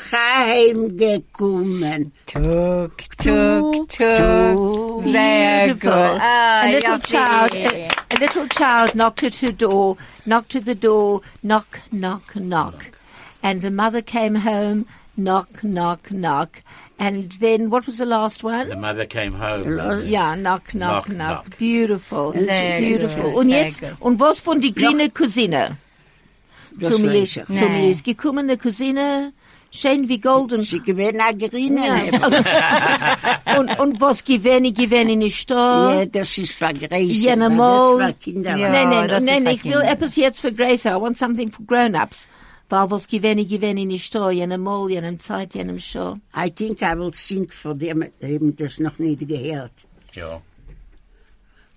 [SPEAKER 4] heimgekommen.
[SPEAKER 3] tuk, tuk, tuk. Sehr gut.
[SPEAKER 1] beautiful.
[SPEAKER 3] Ah,
[SPEAKER 1] a little
[SPEAKER 3] ja,
[SPEAKER 1] child,
[SPEAKER 3] vielen.
[SPEAKER 1] a, a little child knocked at her door, knocked at the door, knock, knock, knock. And the mother came home, knock, knock, knock. And then what was the last
[SPEAKER 2] The
[SPEAKER 1] one?
[SPEAKER 2] mother came home.
[SPEAKER 1] Uh, Yeah, knock, knock, knock.
[SPEAKER 2] Knock, knock.
[SPEAKER 1] Beautiful,
[SPEAKER 3] Sehr
[SPEAKER 1] beautiful.
[SPEAKER 3] gut,
[SPEAKER 1] Und
[SPEAKER 3] sehr
[SPEAKER 1] jetzt,
[SPEAKER 3] gut.
[SPEAKER 1] und was von die grüne Cousine?
[SPEAKER 4] Das
[SPEAKER 1] zu mir,
[SPEAKER 4] weiß
[SPEAKER 1] zu
[SPEAKER 4] ich.
[SPEAKER 1] mir
[SPEAKER 3] Nee.
[SPEAKER 1] ist gekommen eine Cousine, schön wie gold und
[SPEAKER 4] Sie gewinn a grüne.
[SPEAKER 1] Ja. und, und was gewähne, gewähne nicht da.
[SPEAKER 4] Ja, das ist vergräßig.
[SPEAKER 1] Ja, na
[SPEAKER 4] aber
[SPEAKER 1] mal.
[SPEAKER 4] Das war Kinder.
[SPEAKER 3] Ja.
[SPEAKER 1] nein, nein,
[SPEAKER 3] das ist
[SPEAKER 1] nein,
[SPEAKER 3] kein
[SPEAKER 1] ich will
[SPEAKER 3] Kind.
[SPEAKER 1] etwas jetzt für Grace. I want something for grown-ups. Weil was gewähne, gewähne nicht da, jenem Mal, jenem Zeit, jenem Show.
[SPEAKER 4] I think I will sing for them, eben das noch nicht gehört.
[SPEAKER 2] Ja.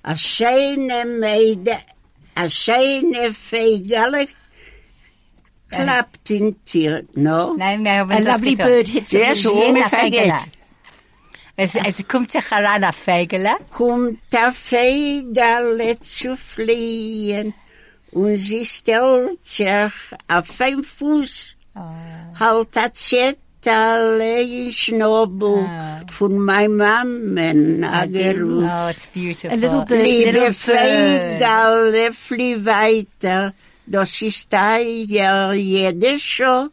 [SPEAKER 4] A schöne Maid, a schöne Feigele, klappt in Tier, no?
[SPEAKER 3] Nein, wir haben
[SPEAKER 1] A
[SPEAKER 3] das
[SPEAKER 1] lovely
[SPEAKER 3] getan.
[SPEAKER 1] bird hits
[SPEAKER 4] Yes,
[SPEAKER 1] a
[SPEAKER 4] oh.
[SPEAKER 1] little
[SPEAKER 4] Ohne
[SPEAKER 3] Jeder
[SPEAKER 4] Feigeler.
[SPEAKER 3] Feigeler. Es, es kommt sich heran auf Feigeler.
[SPEAKER 4] Kommt a Feigele zu fliehen, und sie stellt sich auf ein Fuß,
[SPEAKER 3] Ah.
[SPEAKER 4] halt a Zetterle in Schnobel, von meinem Mammen a Geruf.
[SPEAKER 3] Ah. Oh, it's beautiful.
[SPEAKER 1] A little bird.
[SPEAKER 4] Liebe
[SPEAKER 3] Little bird.
[SPEAKER 4] Feigele, flieh weiter, das ist teuer, jede Show.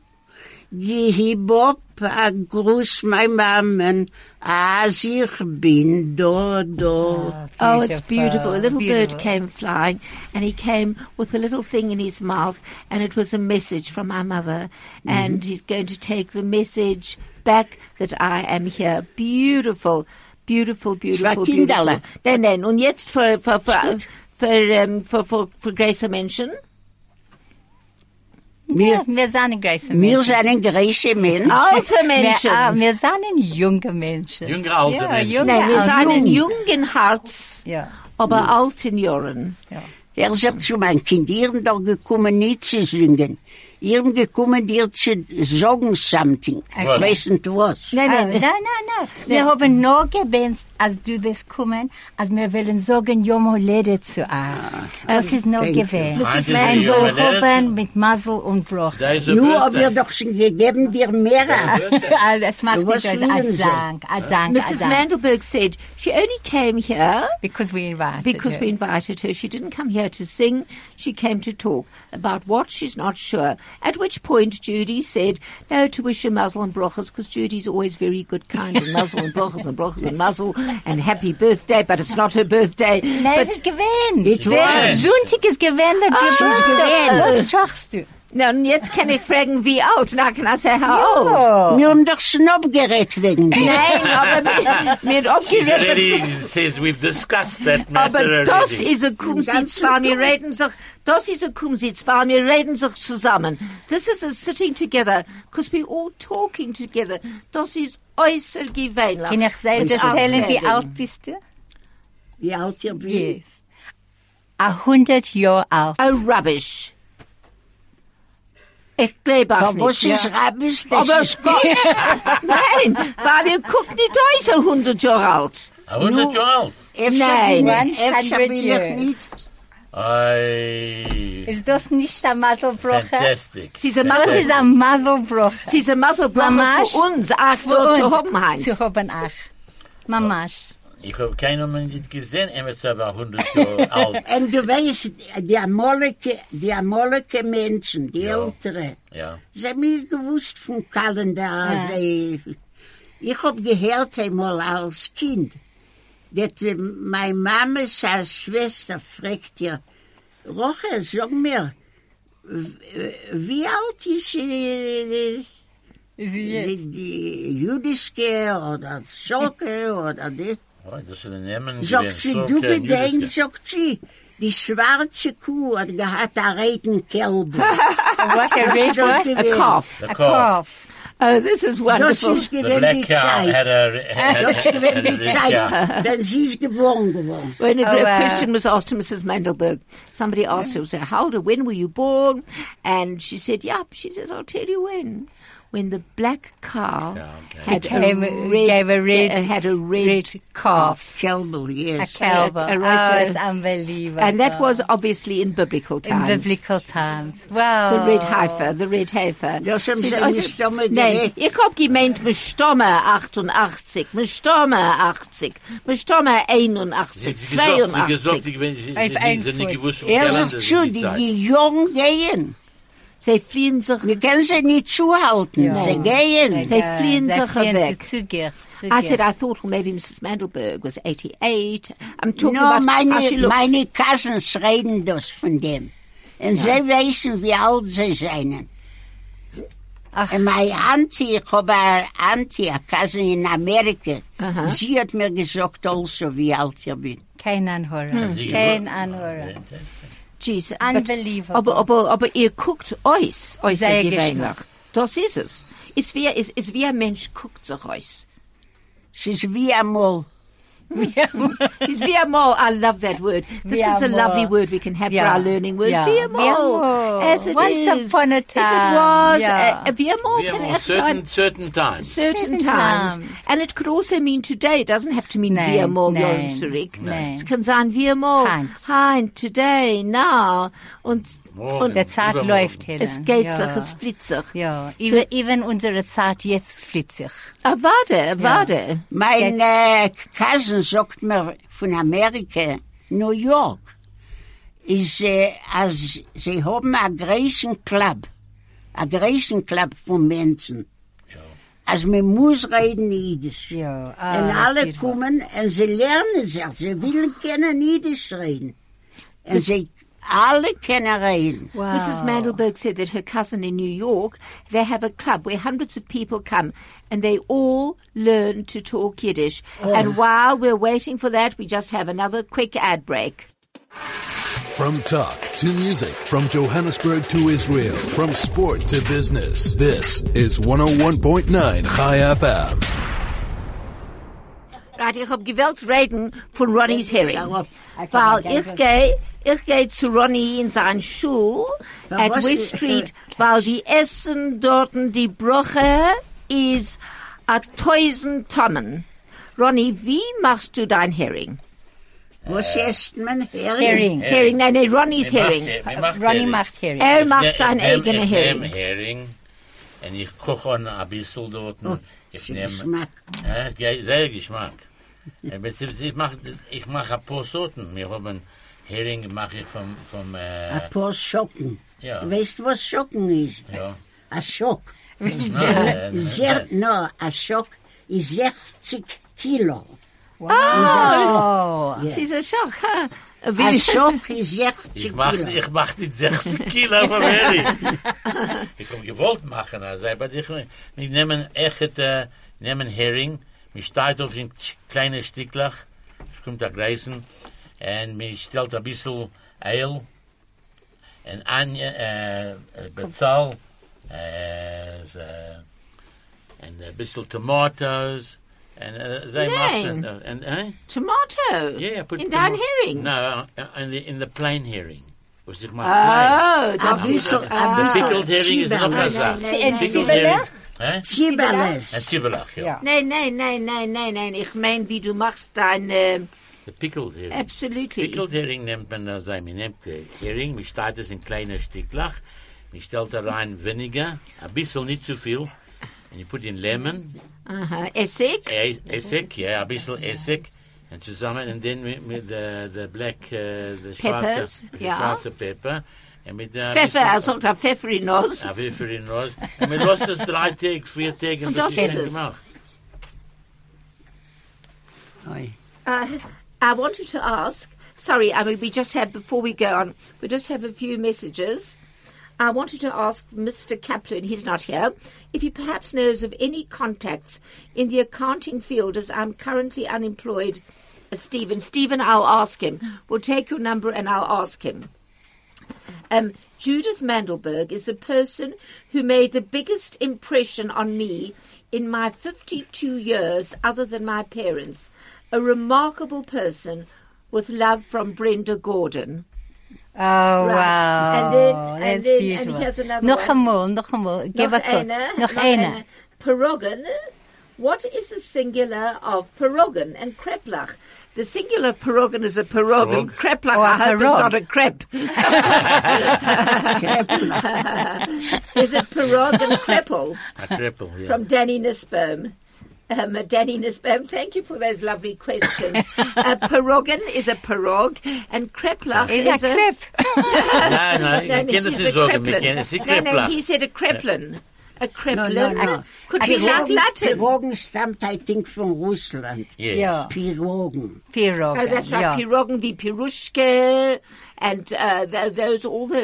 [SPEAKER 4] Gib ab, a Gruß, mein Mammen, als ich bin da, da.
[SPEAKER 1] Oh, it's beautiful. A little
[SPEAKER 3] Beautiful.
[SPEAKER 1] bird came flying and he came with a little thing in his mouth and it was a message from our mother and he's going to take the message back that I am here. Beautiful, beautiful, beautiful, beautiful.
[SPEAKER 4] Kinderle.
[SPEAKER 1] Nein, nein. Und jetzt für, für, für, für, ähm, für, für, für Grace Menschen.
[SPEAKER 4] Wir,
[SPEAKER 3] Wir sind große
[SPEAKER 4] wir
[SPEAKER 3] Menschen.
[SPEAKER 4] sind ein greiser Mensch.
[SPEAKER 1] Alte
[SPEAKER 3] Wir, ah,
[SPEAKER 1] Menschen.
[SPEAKER 3] wir sind junge Menschen.
[SPEAKER 2] Jüngere alte
[SPEAKER 3] ja,
[SPEAKER 2] Menschen.
[SPEAKER 3] Junge,
[SPEAKER 1] Nein, wir
[SPEAKER 3] alte-
[SPEAKER 1] sind in jungen Herz,
[SPEAKER 3] Ja.
[SPEAKER 1] aber alt in Jahren.
[SPEAKER 4] Er sagt zu meinem Kind, ihr doch gekommen, nicht zu singen. ihr gekommen, dir zu sagen something. Ich weiß nicht was.
[SPEAKER 1] Nein,
[SPEAKER 3] Uh,
[SPEAKER 5] Ah,
[SPEAKER 1] nein,
[SPEAKER 5] no, no, no. Wir haben nur gebannt, als du bist kommen, als wir wollen sagen, Jomo Lede zu A. Das ist nur
[SPEAKER 4] thank you.
[SPEAKER 5] gewann.
[SPEAKER 1] Mrs.
[SPEAKER 2] Meinte
[SPEAKER 1] Lang,
[SPEAKER 2] sie,
[SPEAKER 5] Ein
[SPEAKER 2] Yom HaLedet?
[SPEAKER 5] Wohlhoben mit Masel und Bruch.
[SPEAKER 2] Diese
[SPEAKER 4] Nur
[SPEAKER 2] Wörter.
[SPEAKER 4] hab ich doch schon gegeben dir mehr.
[SPEAKER 5] Ah, Das macht
[SPEAKER 4] Du
[SPEAKER 5] nicht
[SPEAKER 4] warst
[SPEAKER 5] als
[SPEAKER 4] lieben
[SPEAKER 5] ein
[SPEAKER 4] sie.
[SPEAKER 5] Dank, ein Dank, ein
[SPEAKER 1] Mrs.
[SPEAKER 5] Dank.
[SPEAKER 1] Mandelberg said she only came here
[SPEAKER 5] ah, Because we invited
[SPEAKER 1] because
[SPEAKER 5] her.
[SPEAKER 1] we invited her. She didn't come here to sing. She came to talk about what she's not sure. At which point Judy said, no, to wish her muzzle and brochas, because Judy's always very good, kind, and muzzle and brochas and brochas and muzzle, and happy birthday, but it's not her birthday.
[SPEAKER 5] Nein,
[SPEAKER 1] But-
[SPEAKER 5] es ist gewähnt.
[SPEAKER 4] Ich weiß.
[SPEAKER 5] Sonntag ist gewähnt, der
[SPEAKER 4] gewähnt.
[SPEAKER 5] Geburtstag. Was schaffst du?
[SPEAKER 1] Now, and jetzt kann ich fragen, wie alt? Now, can I say how old?
[SPEAKER 5] Oh.
[SPEAKER 4] Wir haben doch Snob geredet wegen dir.
[SPEAKER 1] Nein, aber mir, mir hat
[SPEAKER 2] She's
[SPEAKER 1] aufgeregt,
[SPEAKER 2] already says we've discussed that matter
[SPEAKER 1] Aber das
[SPEAKER 2] already.
[SPEAKER 1] ist ein Kumsitz, weil wir reden sich, das ist ein Kumsitz, weil wir reden sich zusammen. This is a sitting together, because we're all talking together. Das ist äußergewöhnlich.
[SPEAKER 5] Kann ich selbst
[SPEAKER 1] It's
[SPEAKER 5] erzählen, wie
[SPEAKER 1] outstanding.
[SPEAKER 5] alt bist du?
[SPEAKER 4] Wie alt ihr bin?
[SPEAKER 5] Yes. A hundert Jahre alt.
[SPEAKER 1] Oh, rubbish. Ich glaube auch
[SPEAKER 4] Aber was
[SPEAKER 1] nicht.
[SPEAKER 4] ist Rabbis? Das
[SPEAKER 1] Aber
[SPEAKER 4] ist
[SPEAKER 1] Gott, nein, weil ihr guckt nicht aus, ein 100 Jahre alt.
[SPEAKER 2] I wonder you all.
[SPEAKER 4] Nein,
[SPEAKER 5] Nein.
[SPEAKER 4] Efscher bin ich
[SPEAKER 5] 100
[SPEAKER 4] nicht.
[SPEAKER 2] I
[SPEAKER 5] Ist das nicht ein Maselbrocher?
[SPEAKER 2] fantastic.
[SPEAKER 1] Sie sind
[SPEAKER 5] Das
[SPEAKER 1] Muzzle,
[SPEAKER 5] ist ein Maselbrocher.
[SPEAKER 1] sie sind Muzzlebrocher
[SPEAKER 5] Mamasch.
[SPEAKER 1] für uns, ach,
[SPEAKER 5] Für
[SPEAKER 1] nur zu
[SPEAKER 5] uns.
[SPEAKER 1] haben, Heinz.
[SPEAKER 5] Zu haben, ach. Mamasch.
[SPEAKER 2] Ich habe keinen Mann nicht gesehen, er ist aber 100 Jahre alt.
[SPEAKER 4] Und du weißt, die Amolike, die Amolike Menschen, die
[SPEAKER 2] Ja.
[SPEAKER 4] Ältere,
[SPEAKER 2] Ja.
[SPEAKER 4] sie haben nicht gewusst vom Kalender. Also, ich habe gehört einmal als Kind, dass äh, meine Mama, seine Schwester, fragt ihr, Roche, sag mir, w- wie alt ist äh,
[SPEAKER 5] Ist sie jetzt?
[SPEAKER 4] die, die jüdische oder Schocke oder die?
[SPEAKER 2] Oh, das sind Namen.
[SPEAKER 4] Sagt sie, du bedenkst, sagt sie, die schwarze Kuh hat gehabt einen Reitenkälb.
[SPEAKER 5] Was, a
[SPEAKER 4] Das ist
[SPEAKER 5] red
[SPEAKER 4] das
[SPEAKER 5] one?
[SPEAKER 1] A
[SPEAKER 4] gewesen.
[SPEAKER 1] cough.
[SPEAKER 2] The
[SPEAKER 5] A
[SPEAKER 2] cough.
[SPEAKER 5] cough.
[SPEAKER 1] Oh, this is
[SPEAKER 4] Das
[SPEAKER 1] wonderful.
[SPEAKER 4] ist
[SPEAKER 2] The
[SPEAKER 4] gewesen
[SPEAKER 2] black er-
[SPEAKER 4] die
[SPEAKER 2] cow had
[SPEAKER 4] Zeit.
[SPEAKER 2] a... Had
[SPEAKER 4] Das ist gewesen die
[SPEAKER 2] Yeah.
[SPEAKER 4] Zeit, denn sie ist geboren geworden.
[SPEAKER 1] When a
[SPEAKER 5] Oh, uh,
[SPEAKER 1] question was asked to Mrs. Mandelberg, somebody asked her, so how old, when were you born? And she said, yep. She says, I'll tell you when. When the black cow
[SPEAKER 2] Yeah, okay.
[SPEAKER 1] had, a
[SPEAKER 5] Became a-
[SPEAKER 1] red,
[SPEAKER 5] gave a red-
[SPEAKER 1] uh, had a red,
[SPEAKER 5] Red cough.
[SPEAKER 4] Kälbel,
[SPEAKER 5] A
[SPEAKER 4] yes.
[SPEAKER 5] cow.
[SPEAKER 1] A- a rose-
[SPEAKER 5] Oh, it's unbelievable.
[SPEAKER 1] and that was obviously in biblical
[SPEAKER 5] in
[SPEAKER 1] times.
[SPEAKER 5] biblical times. Wow.
[SPEAKER 1] The red heifer, the red heifer. "Oh,
[SPEAKER 4] Das haben
[SPEAKER 1] Sie
[SPEAKER 4] sie
[SPEAKER 1] also-
[SPEAKER 4] mit Stomme
[SPEAKER 1] Nein,
[SPEAKER 4] gerät.
[SPEAKER 1] ich hab gemeint, mit Stomme 88, mit Stomme 80, mit Stomme 81,
[SPEAKER 2] Sie gesagt, sie
[SPEAKER 1] 82.
[SPEAKER 2] gesagt, ich bin sie-
[SPEAKER 5] Auf
[SPEAKER 2] sie-
[SPEAKER 5] einen
[SPEAKER 2] sie nicht
[SPEAKER 5] Fuß.
[SPEAKER 2] gewusst, wo die
[SPEAKER 4] Er
[SPEAKER 2] Länder
[SPEAKER 4] sagt zu,
[SPEAKER 2] sind,
[SPEAKER 4] die,
[SPEAKER 2] Zeit.
[SPEAKER 4] die Jungen gehen.
[SPEAKER 1] Sie fliehen sich
[SPEAKER 4] Wir können sie nicht zuhalten.
[SPEAKER 5] Ja.
[SPEAKER 4] Sie gehen.
[SPEAKER 1] They fleeing
[SPEAKER 5] they
[SPEAKER 1] sich
[SPEAKER 5] fleeing
[SPEAKER 1] weg. Also
[SPEAKER 5] zu- zu Gier, zu
[SPEAKER 1] I
[SPEAKER 5] Gier.
[SPEAKER 1] said I thought well, maybe Mrs. Mandelberg was 88. I'm talking
[SPEAKER 4] Nur
[SPEAKER 1] about how she
[SPEAKER 4] meine,
[SPEAKER 1] looks.
[SPEAKER 4] meine Nou, Cousins dus reden das von dem. Und sie wissen, wie alt sie seien.
[SPEAKER 5] Ach.
[SPEAKER 4] Und meine Auntie, ich habe eine Auntie, eine Cousin in Amerika,
[SPEAKER 1] Aha.
[SPEAKER 4] sie hat mir gesagt, also, wie alt ich bin.
[SPEAKER 5] Kein Anhörer.
[SPEAKER 2] Sie
[SPEAKER 5] Kein
[SPEAKER 2] gewusst.
[SPEAKER 5] Anhörer.
[SPEAKER 1] Jeez,
[SPEAKER 5] Unbelievable.
[SPEAKER 1] Aber, aber, aber ihr guckt euch, euch
[SPEAKER 5] Sehr
[SPEAKER 1] sehr
[SPEAKER 5] geschmack.
[SPEAKER 1] gewöhnlich. Das ist es. Ist wie, ist, ist wie ein Mensch guckt sich euch.
[SPEAKER 4] Es ist wie einmal.
[SPEAKER 1] Ist wie a mole. I love that word. This
[SPEAKER 5] Wie a
[SPEAKER 1] is a
[SPEAKER 5] mole.
[SPEAKER 1] lovely word we can have
[SPEAKER 5] Yeah.
[SPEAKER 1] for our learning word.
[SPEAKER 5] Yeah.
[SPEAKER 1] Be
[SPEAKER 5] Wie a
[SPEAKER 1] a mole.
[SPEAKER 5] mole.
[SPEAKER 1] As it
[SPEAKER 5] Once
[SPEAKER 1] is.
[SPEAKER 5] upon a
[SPEAKER 1] If
[SPEAKER 5] time.
[SPEAKER 1] it was,
[SPEAKER 5] Yeah.
[SPEAKER 1] uh, be a mole
[SPEAKER 2] We
[SPEAKER 1] can
[SPEAKER 2] are on
[SPEAKER 1] have certain,
[SPEAKER 2] certain, certain times.
[SPEAKER 1] certain
[SPEAKER 5] Certain
[SPEAKER 1] times.
[SPEAKER 5] times.
[SPEAKER 1] And it could also mean today. It doesn't have to mean
[SPEAKER 5] Nein,
[SPEAKER 1] wie a mole,
[SPEAKER 5] nein,
[SPEAKER 1] Johann Zurück.
[SPEAKER 5] nein.
[SPEAKER 1] Es kann sein wie a mole.
[SPEAKER 5] Heint.
[SPEAKER 1] Heint, today, now. Und,
[SPEAKER 2] Morgen.
[SPEAKER 1] und
[SPEAKER 5] Der Zeit
[SPEAKER 2] Übermorgen.
[SPEAKER 5] läuft, Helen.
[SPEAKER 1] es geht
[SPEAKER 5] ja.
[SPEAKER 1] sich, es flieht sich.
[SPEAKER 5] Ja, even, even unsere Zeit jetzt flieht sich.
[SPEAKER 1] Ah, warte, warte.
[SPEAKER 4] Mein äh, Cousin sagt mir von Amerika, New York, ist, äh, als, sie haben einen großen Club, einen großen Club von Menschen. Also man muss reden Jiddisch.
[SPEAKER 5] Ja, ah,
[SPEAKER 4] und alle
[SPEAKER 5] natürlich.
[SPEAKER 4] kommen und sie lernen sich, sie wollen können Jiddisch reden. Und sie alle können reden.
[SPEAKER 5] Wow.
[SPEAKER 1] Mrs. Mandelberg said that her cousin in New York, they have a club where hundreds of people come and they all learn to talk Yiddish.
[SPEAKER 5] Oh.
[SPEAKER 1] And while we're waiting for that, we just have another quick ad break.
[SPEAKER 6] From talk to music, from Johannesburg to Israel, from sport to business. This is 101.9 High FM.
[SPEAKER 1] Right, ich hab gewählt reden von Ronnie's Herring.
[SPEAKER 4] Schau ab.
[SPEAKER 1] Weil ich gehe Ich gehe zu Ronny in sein Schuh
[SPEAKER 4] Na,
[SPEAKER 1] at
[SPEAKER 4] was-
[SPEAKER 1] West Street, weil die Essen dort die Brüche ist a tausend Tonnen. Ronny, wie machst du dein Hering?
[SPEAKER 4] Was
[SPEAKER 2] Äh.
[SPEAKER 4] ist mein Hering?
[SPEAKER 5] Herring.
[SPEAKER 1] Hering, nein, nein, Ronny's Hering.
[SPEAKER 5] Ronny macht Herring.
[SPEAKER 1] Er macht sein
[SPEAKER 2] Ich nehm-
[SPEAKER 1] eigener
[SPEAKER 2] ich nehm
[SPEAKER 1] Hering.
[SPEAKER 2] Hering. Und ich koche ihn ein bisschen dort. Ich
[SPEAKER 4] Für
[SPEAKER 2] nehme...
[SPEAKER 4] Geschmack.
[SPEAKER 2] Äh, ge- sehr Geschmack. Äh, beziehungsweise ich mache ich mach ein paar Sorten. Wir haben Hering mache ich vom... vom äh,
[SPEAKER 4] Ein paar Schocken.
[SPEAKER 2] Ja.
[SPEAKER 4] Weißt du, was Schocken ist?
[SPEAKER 2] ja.
[SPEAKER 4] Ein Schock.
[SPEAKER 2] Nein, äh,
[SPEAKER 4] Sehr, no, ein Schock ist 60 Kilo.
[SPEAKER 5] Oh,
[SPEAKER 1] Sie ist ein Schock. ha?
[SPEAKER 4] Ein
[SPEAKER 1] Wie-
[SPEAKER 4] Schock ist 60
[SPEAKER 2] Ich mach,
[SPEAKER 4] Kilo.
[SPEAKER 2] ich mach nicht 60 Kilo von Hering. ich hab gewollt machen, also, aber ich, wir nehmen echt, äh, nehmen Hering, wir steigt auf ein sch- kleines Stücklach, es kommt da Greisen, und wir stellt ein bisschen Eil, und an, äh, äh, Bezahl, äh, so, und ein bisschen eh, Tomatoes, und, äh, sie
[SPEAKER 1] Nein.
[SPEAKER 2] macht, äh, und, äh,
[SPEAKER 1] Tomato.
[SPEAKER 2] yeah, yeah, put
[SPEAKER 1] in
[SPEAKER 2] them
[SPEAKER 1] dein
[SPEAKER 2] all-
[SPEAKER 1] Hering.
[SPEAKER 2] No, uh, in the in the plain herring. Was it my
[SPEAKER 1] Oh, das
[SPEAKER 4] Ein
[SPEAKER 1] ist
[SPEAKER 4] bisschen, ein
[SPEAKER 1] ah.
[SPEAKER 2] plain? The pickled
[SPEAKER 4] bisschen
[SPEAKER 2] herring is not
[SPEAKER 4] Zwiebeln.
[SPEAKER 2] like that.
[SPEAKER 5] and
[SPEAKER 2] Pickled herring.
[SPEAKER 5] Zwiebeln?
[SPEAKER 2] Eh?
[SPEAKER 4] Zwiebeln.
[SPEAKER 2] And Zwiebelach, yeah.
[SPEAKER 1] Nein, nein, nein, nein, nein, nein. Ich meine, wie du machst deine...
[SPEAKER 2] The pickled herring.
[SPEAKER 1] Absolutely.
[SPEAKER 2] Pickled herring nimmt man da sein. Man nimmt den Hering, man steht es dus in kleine Stücklach, man stellt da rein weniger, ein bisschen, nicht zu viel. And you put in lemon,
[SPEAKER 1] Aha. Uh-huh. Essig?
[SPEAKER 2] Es- Essig, ja, ein bisschen Essig. Und zusammen, und dann mit, mit der, der Black, äh, der
[SPEAKER 1] Peppers,
[SPEAKER 2] schwarze, der
[SPEAKER 1] ja.
[SPEAKER 2] schwarze Pepper. Und mit der
[SPEAKER 1] Pfeffer, also da Pfeffer in uns.
[SPEAKER 2] Ja, wie für ihn los. Und wir lassen es drei Tage, vier Tage.
[SPEAKER 1] Und
[SPEAKER 2] bis
[SPEAKER 1] das
[SPEAKER 2] ich
[SPEAKER 1] ist
[SPEAKER 2] dann
[SPEAKER 1] es.
[SPEAKER 2] gemacht.
[SPEAKER 4] Oi.
[SPEAKER 1] Uh, I wanted to ask. Sorry, I mean, we just have before we go on. We just have a few messages. I wanted to ask Mr. Kaplan, he's not here, if he perhaps knows of any contacts in the accounting field, as I'm currently unemployed. Uh, Stephen, Stephen, I'll ask him. We'll take your number and I'll ask him. Um, Judith Mandelberg is the person who made the biggest impression on me in my 52 years, other than my parents. A remarkable person with love from Brenda Gordon.
[SPEAKER 5] Oh,
[SPEAKER 1] Right.
[SPEAKER 5] wow.
[SPEAKER 1] And then- and
[SPEAKER 5] That's
[SPEAKER 1] then- and
[SPEAKER 5] beautiful.
[SPEAKER 1] here's another
[SPEAKER 5] Nog
[SPEAKER 1] one.
[SPEAKER 5] eenmaal, nog eenmaal. Give a
[SPEAKER 1] Nog
[SPEAKER 5] call.
[SPEAKER 1] eine,
[SPEAKER 5] Nog
[SPEAKER 1] nog
[SPEAKER 5] een.
[SPEAKER 1] eine. Pierogen. What is the singular of pierogen and kreplach? The singular of pierogen is a pierog, and kreplach
[SPEAKER 5] Or
[SPEAKER 1] I
[SPEAKER 5] a
[SPEAKER 1] hope is
[SPEAKER 5] pirog.
[SPEAKER 1] not a crepe. is it pierog and kreple?
[SPEAKER 2] A cripple, yeah.
[SPEAKER 1] from Danny Nisbom. Um, uh, Danny Nisbom, thank you for those lovely questions. uh, pierogen is a pirog, and kreplach
[SPEAKER 5] Is
[SPEAKER 1] is,
[SPEAKER 5] a crepe.
[SPEAKER 2] Nein, nein,
[SPEAKER 1] No,
[SPEAKER 2] wir
[SPEAKER 1] no,
[SPEAKER 2] kennen es
[SPEAKER 1] she's
[SPEAKER 2] nicht
[SPEAKER 1] a
[SPEAKER 2] sagen, wir
[SPEAKER 1] kreplin.
[SPEAKER 2] kennen es nicht
[SPEAKER 1] No, no, he
[SPEAKER 2] Krippler.
[SPEAKER 1] said a kreplin. A kreplin.
[SPEAKER 4] No, no, no.
[SPEAKER 1] And Could
[SPEAKER 5] A
[SPEAKER 1] be like
[SPEAKER 5] pirogen-
[SPEAKER 1] Latin.
[SPEAKER 4] Pirogen stammt, I think, von Russland.
[SPEAKER 5] Ja.
[SPEAKER 4] Pirogen.
[SPEAKER 5] Pierogen.
[SPEAKER 1] Oh, that's right.
[SPEAKER 5] ja.
[SPEAKER 1] Pirogen, the pirushke, and uh, th- those, all those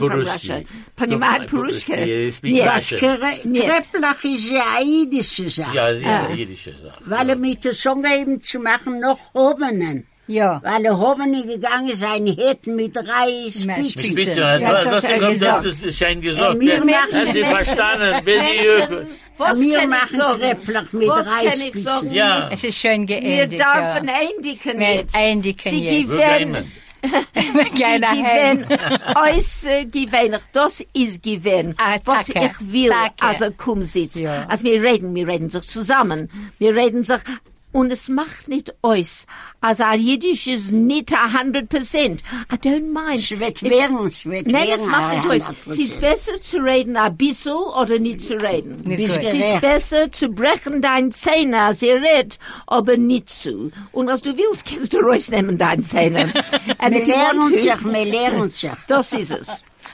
[SPEAKER 1] words come from
[SPEAKER 2] Pirushki.
[SPEAKER 1] Russia.
[SPEAKER 2] Ponomai
[SPEAKER 1] Ponomai
[SPEAKER 2] Pirushki, they
[SPEAKER 1] pirushke.
[SPEAKER 2] speak
[SPEAKER 1] Yes.
[SPEAKER 2] Russian.
[SPEAKER 4] Kre- Kreplach ist ja eine jüdische Sache.
[SPEAKER 2] Ja, das ist eine jüdische Sache.
[SPEAKER 4] Weil er mit der Sonne eben zu machen noch Hobenen.
[SPEAKER 5] Ja.
[SPEAKER 4] Weil er Hobenen gegangen sein hätten mit Reis,
[SPEAKER 5] Mit
[SPEAKER 4] Spitzen.
[SPEAKER 5] Spitzen.
[SPEAKER 2] Bitte,
[SPEAKER 5] Ja, das
[SPEAKER 2] das, das,
[SPEAKER 5] hast du
[SPEAKER 2] das,
[SPEAKER 5] gesagt.
[SPEAKER 2] das ist schön gesagt.
[SPEAKER 4] Wir
[SPEAKER 2] ja.
[SPEAKER 4] machen-
[SPEAKER 2] Hat sie verstanden, bitte.
[SPEAKER 1] Menschen, was
[SPEAKER 4] Wir
[SPEAKER 1] kann ich
[SPEAKER 4] machen
[SPEAKER 1] sagen?
[SPEAKER 4] Kreplach mit
[SPEAKER 1] was kann ich
[SPEAKER 4] Reisspitzen.
[SPEAKER 1] sagen?
[SPEAKER 2] Ja,
[SPEAKER 5] Es ist schön
[SPEAKER 1] Wir
[SPEAKER 5] geendet. ja.
[SPEAKER 1] dürfen eindicken
[SPEAKER 5] Wir
[SPEAKER 1] jetzt.
[SPEAKER 5] eindicken
[SPEAKER 1] Sie
[SPEAKER 5] jetzt.
[SPEAKER 2] wir
[SPEAKER 1] gewinnen.
[SPEAKER 2] bleiben.
[SPEAKER 1] Sie
[SPEAKER 5] Gerne
[SPEAKER 1] gewinnen. Äußer gewinnen. Das ist gewinnen.
[SPEAKER 5] Ah,
[SPEAKER 1] Was
[SPEAKER 5] danke.
[SPEAKER 1] ich will,
[SPEAKER 5] Danke.
[SPEAKER 1] also komm sitz.
[SPEAKER 5] Ja.
[SPEAKER 1] Also wir reden, wir reden sich zusammen. Wir reden sich und es macht nicht aus. Also our Yiddish is nicht 100%. I don't mind.
[SPEAKER 4] Es wird werden, es wird
[SPEAKER 1] Nein,
[SPEAKER 4] werden.
[SPEAKER 1] es macht nicht aus. Es ist besser zu reden ein bisschen oder nicht zu reden.
[SPEAKER 5] Nicht
[SPEAKER 1] es ist
[SPEAKER 4] gerecht.
[SPEAKER 1] besser zu brechen deine Zähne, als ihr redet, aber nicht zu. Und als du willst, kannst du rausnehmen deine Zähne. And
[SPEAKER 4] Wir
[SPEAKER 1] if you want
[SPEAKER 4] lernen
[SPEAKER 1] to-
[SPEAKER 4] sich, wir lernen sich.
[SPEAKER 1] das ist es.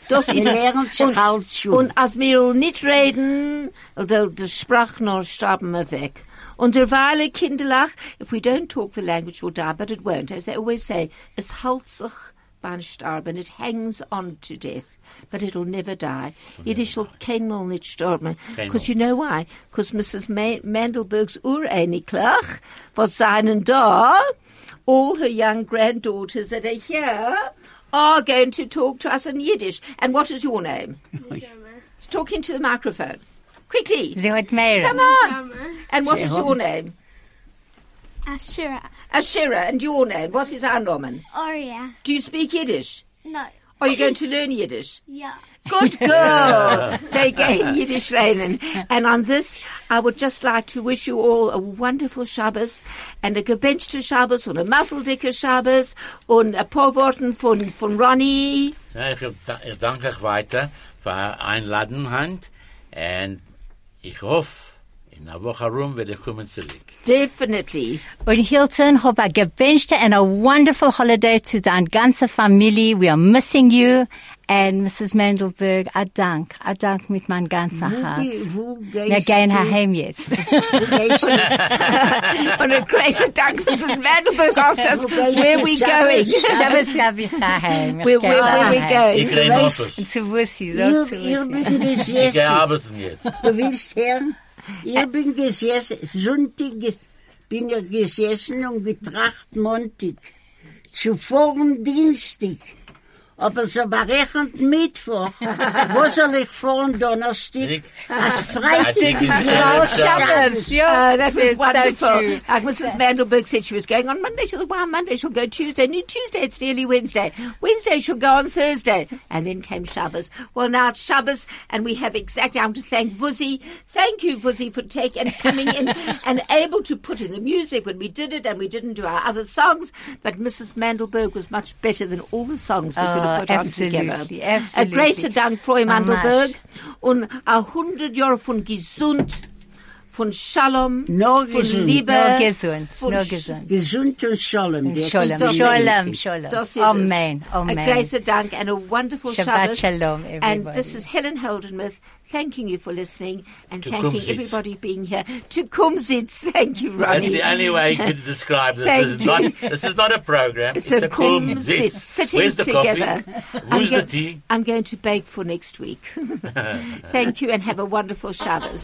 [SPEAKER 1] Das
[SPEAKER 4] Wir
[SPEAKER 1] ist
[SPEAKER 4] lernen
[SPEAKER 1] es.
[SPEAKER 4] sich halt schon.
[SPEAKER 1] Und als wir nicht reden, der, der Sprache noch starben wir weg. Und derweile, Kinderlach, if we don't talk, the language will die, but it won't. As they always say, es hält sich beim Sterben. It hangs on to death, but it'll never die. Yiddish will keinmal nicht sterben. Because you know why? Because Mrs. Ma Mandelberg's Ureniklach was seinen da, all her young granddaughters that are here are going to talk to us in Yiddish. And what is your name? It's talking to the microphone. Quickly.
[SPEAKER 5] Sie hat mehr.
[SPEAKER 1] Come on. And what is your name?
[SPEAKER 8] Ashura.
[SPEAKER 1] Uh,
[SPEAKER 10] Ashira, and your name? What is our name?
[SPEAKER 8] Aria.
[SPEAKER 10] Do you speak Yiddish?
[SPEAKER 8] No.
[SPEAKER 10] Are you going to learn Yiddish?
[SPEAKER 8] Yeah.
[SPEAKER 10] Good girl.
[SPEAKER 1] Go. so again, Yiddish Rheinland. And on this, I would just like to wish you all a wonderful Shabbos and a gebenchte Shabbos und a masseldicke Shabbos und a paar Worten von, von Ronnie.
[SPEAKER 2] Ja, ich, hab- ich danke euch weiter für Einladen, Hand. Und ich hoffe, in einer Woche rum werde ich kommen zurück.
[SPEAKER 1] Definitely.
[SPEAKER 5] Und Hilton, hope a gewünschte and a wonderful holiday to dein ganze Familie. We are missing you. And Mrs. Mendelberg, a dank, a dank mit mein ganzer Herz.
[SPEAKER 4] Wo
[SPEAKER 5] Wir
[SPEAKER 4] gehst
[SPEAKER 5] gehen
[SPEAKER 4] du?
[SPEAKER 5] heim jetzt.
[SPEAKER 4] Wo gehst du?
[SPEAKER 1] und a grace dank, Mrs. Vandenberg asked us, where we going?
[SPEAKER 5] Shabbos darf ich heim.
[SPEAKER 1] Where, where, where we
[SPEAKER 2] Ich
[SPEAKER 1] going?
[SPEAKER 2] gehe in den Office.
[SPEAKER 5] Und zu Wussi, so
[SPEAKER 4] Ihr,
[SPEAKER 5] zu
[SPEAKER 4] ihr
[SPEAKER 5] Wussi.
[SPEAKER 4] bin
[SPEAKER 2] Ich gehe
[SPEAKER 4] gesessen.
[SPEAKER 2] arbeiten jetzt.
[SPEAKER 4] Du willst hören? Ich bin gesessen. Sonntag ge- bin ich gesessen und getracht Montag. Zuvor Dienstag. Aber so berechnet Mittwoch. Wo soll ich vor Donnerstag?
[SPEAKER 2] Ich-
[SPEAKER 4] Als Freitag
[SPEAKER 2] Ich-
[SPEAKER 4] ist
[SPEAKER 2] Ja,
[SPEAKER 4] ja
[SPEAKER 2] Shabbos,
[SPEAKER 4] Shabbos.
[SPEAKER 1] Oh, that was
[SPEAKER 5] It's so
[SPEAKER 1] wonderful.
[SPEAKER 5] true.
[SPEAKER 1] Like Mrs. Mandelberg said, she was going on Monday. She'll go on Monday. She'll go Tuesday. And then Tuesday, it's nearly Wednesday. Wednesday, she'll go on Thursday. And then came Shabbos. Well, now it's Shabbos, and we have exactly. I want to thank Vuzi. Thank you, Vuzi, for taking and coming in and able to put in the music when we did it, and we didn't do our other songs. But Mrs. Mandelberg was much better than all the songs we could
[SPEAKER 5] Oh,
[SPEAKER 1] have put on
[SPEAKER 5] absolutely,
[SPEAKER 1] together.
[SPEAKER 5] absolutely.
[SPEAKER 1] A greater Dank, Frau Mandelberg,
[SPEAKER 5] Amash.
[SPEAKER 1] und a hundred Jahre von gesund. von Shalom,
[SPEAKER 4] Nur
[SPEAKER 1] von
[SPEAKER 4] gesund.
[SPEAKER 1] Liebe,
[SPEAKER 5] Nur gesund,
[SPEAKER 1] von
[SPEAKER 5] nur
[SPEAKER 1] Sch-
[SPEAKER 5] gesund.
[SPEAKER 4] Gesund und Scholem. jetzt.
[SPEAKER 5] Shalom,
[SPEAKER 4] Das ist
[SPEAKER 5] Shalom,
[SPEAKER 4] wichtig.
[SPEAKER 5] Shalom.
[SPEAKER 1] Das ist
[SPEAKER 5] Amen,
[SPEAKER 1] es.
[SPEAKER 5] Amen.
[SPEAKER 1] A grace of dank and a wonderful
[SPEAKER 5] Shabbat
[SPEAKER 1] Shabbos.
[SPEAKER 5] Shalom,
[SPEAKER 1] And
[SPEAKER 5] everybody.
[SPEAKER 1] this is Helen Holdenmuth thanking you for listening and
[SPEAKER 2] To
[SPEAKER 1] thanking
[SPEAKER 2] Kumsitz.
[SPEAKER 1] everybody being here. To Kumsitz, thank you,
[SPEAKER 2] That's
[SPEAKER 1] Ronnie.
[SPEAKER 2] the only way you could describe this.
[SPEAKER 1] Thank
[SPEAKER 2] This is
[SPEAKER 1] you.
[SPEAKER 2] not, this is not a program.
[SPEAKER 1] It's a
[SPEAKER 2] cum
[SPEAKER 1] Kumsitz,
[SPEAKER 2] zitz.
[SPEAKER 1] sitting
[SPEAKER 2] Where's the
[SPEAKER 1] together.
[SPEAKER 2] coffee?
[SPEAKER 1] I'm
[SPEAKER 2] Who's the
[SPEAKER 1] go-
[SPEAKER 2] tea?
[SPEAKER 1] I'm going to bake for next week. thank you and have a wonderful Shabbos.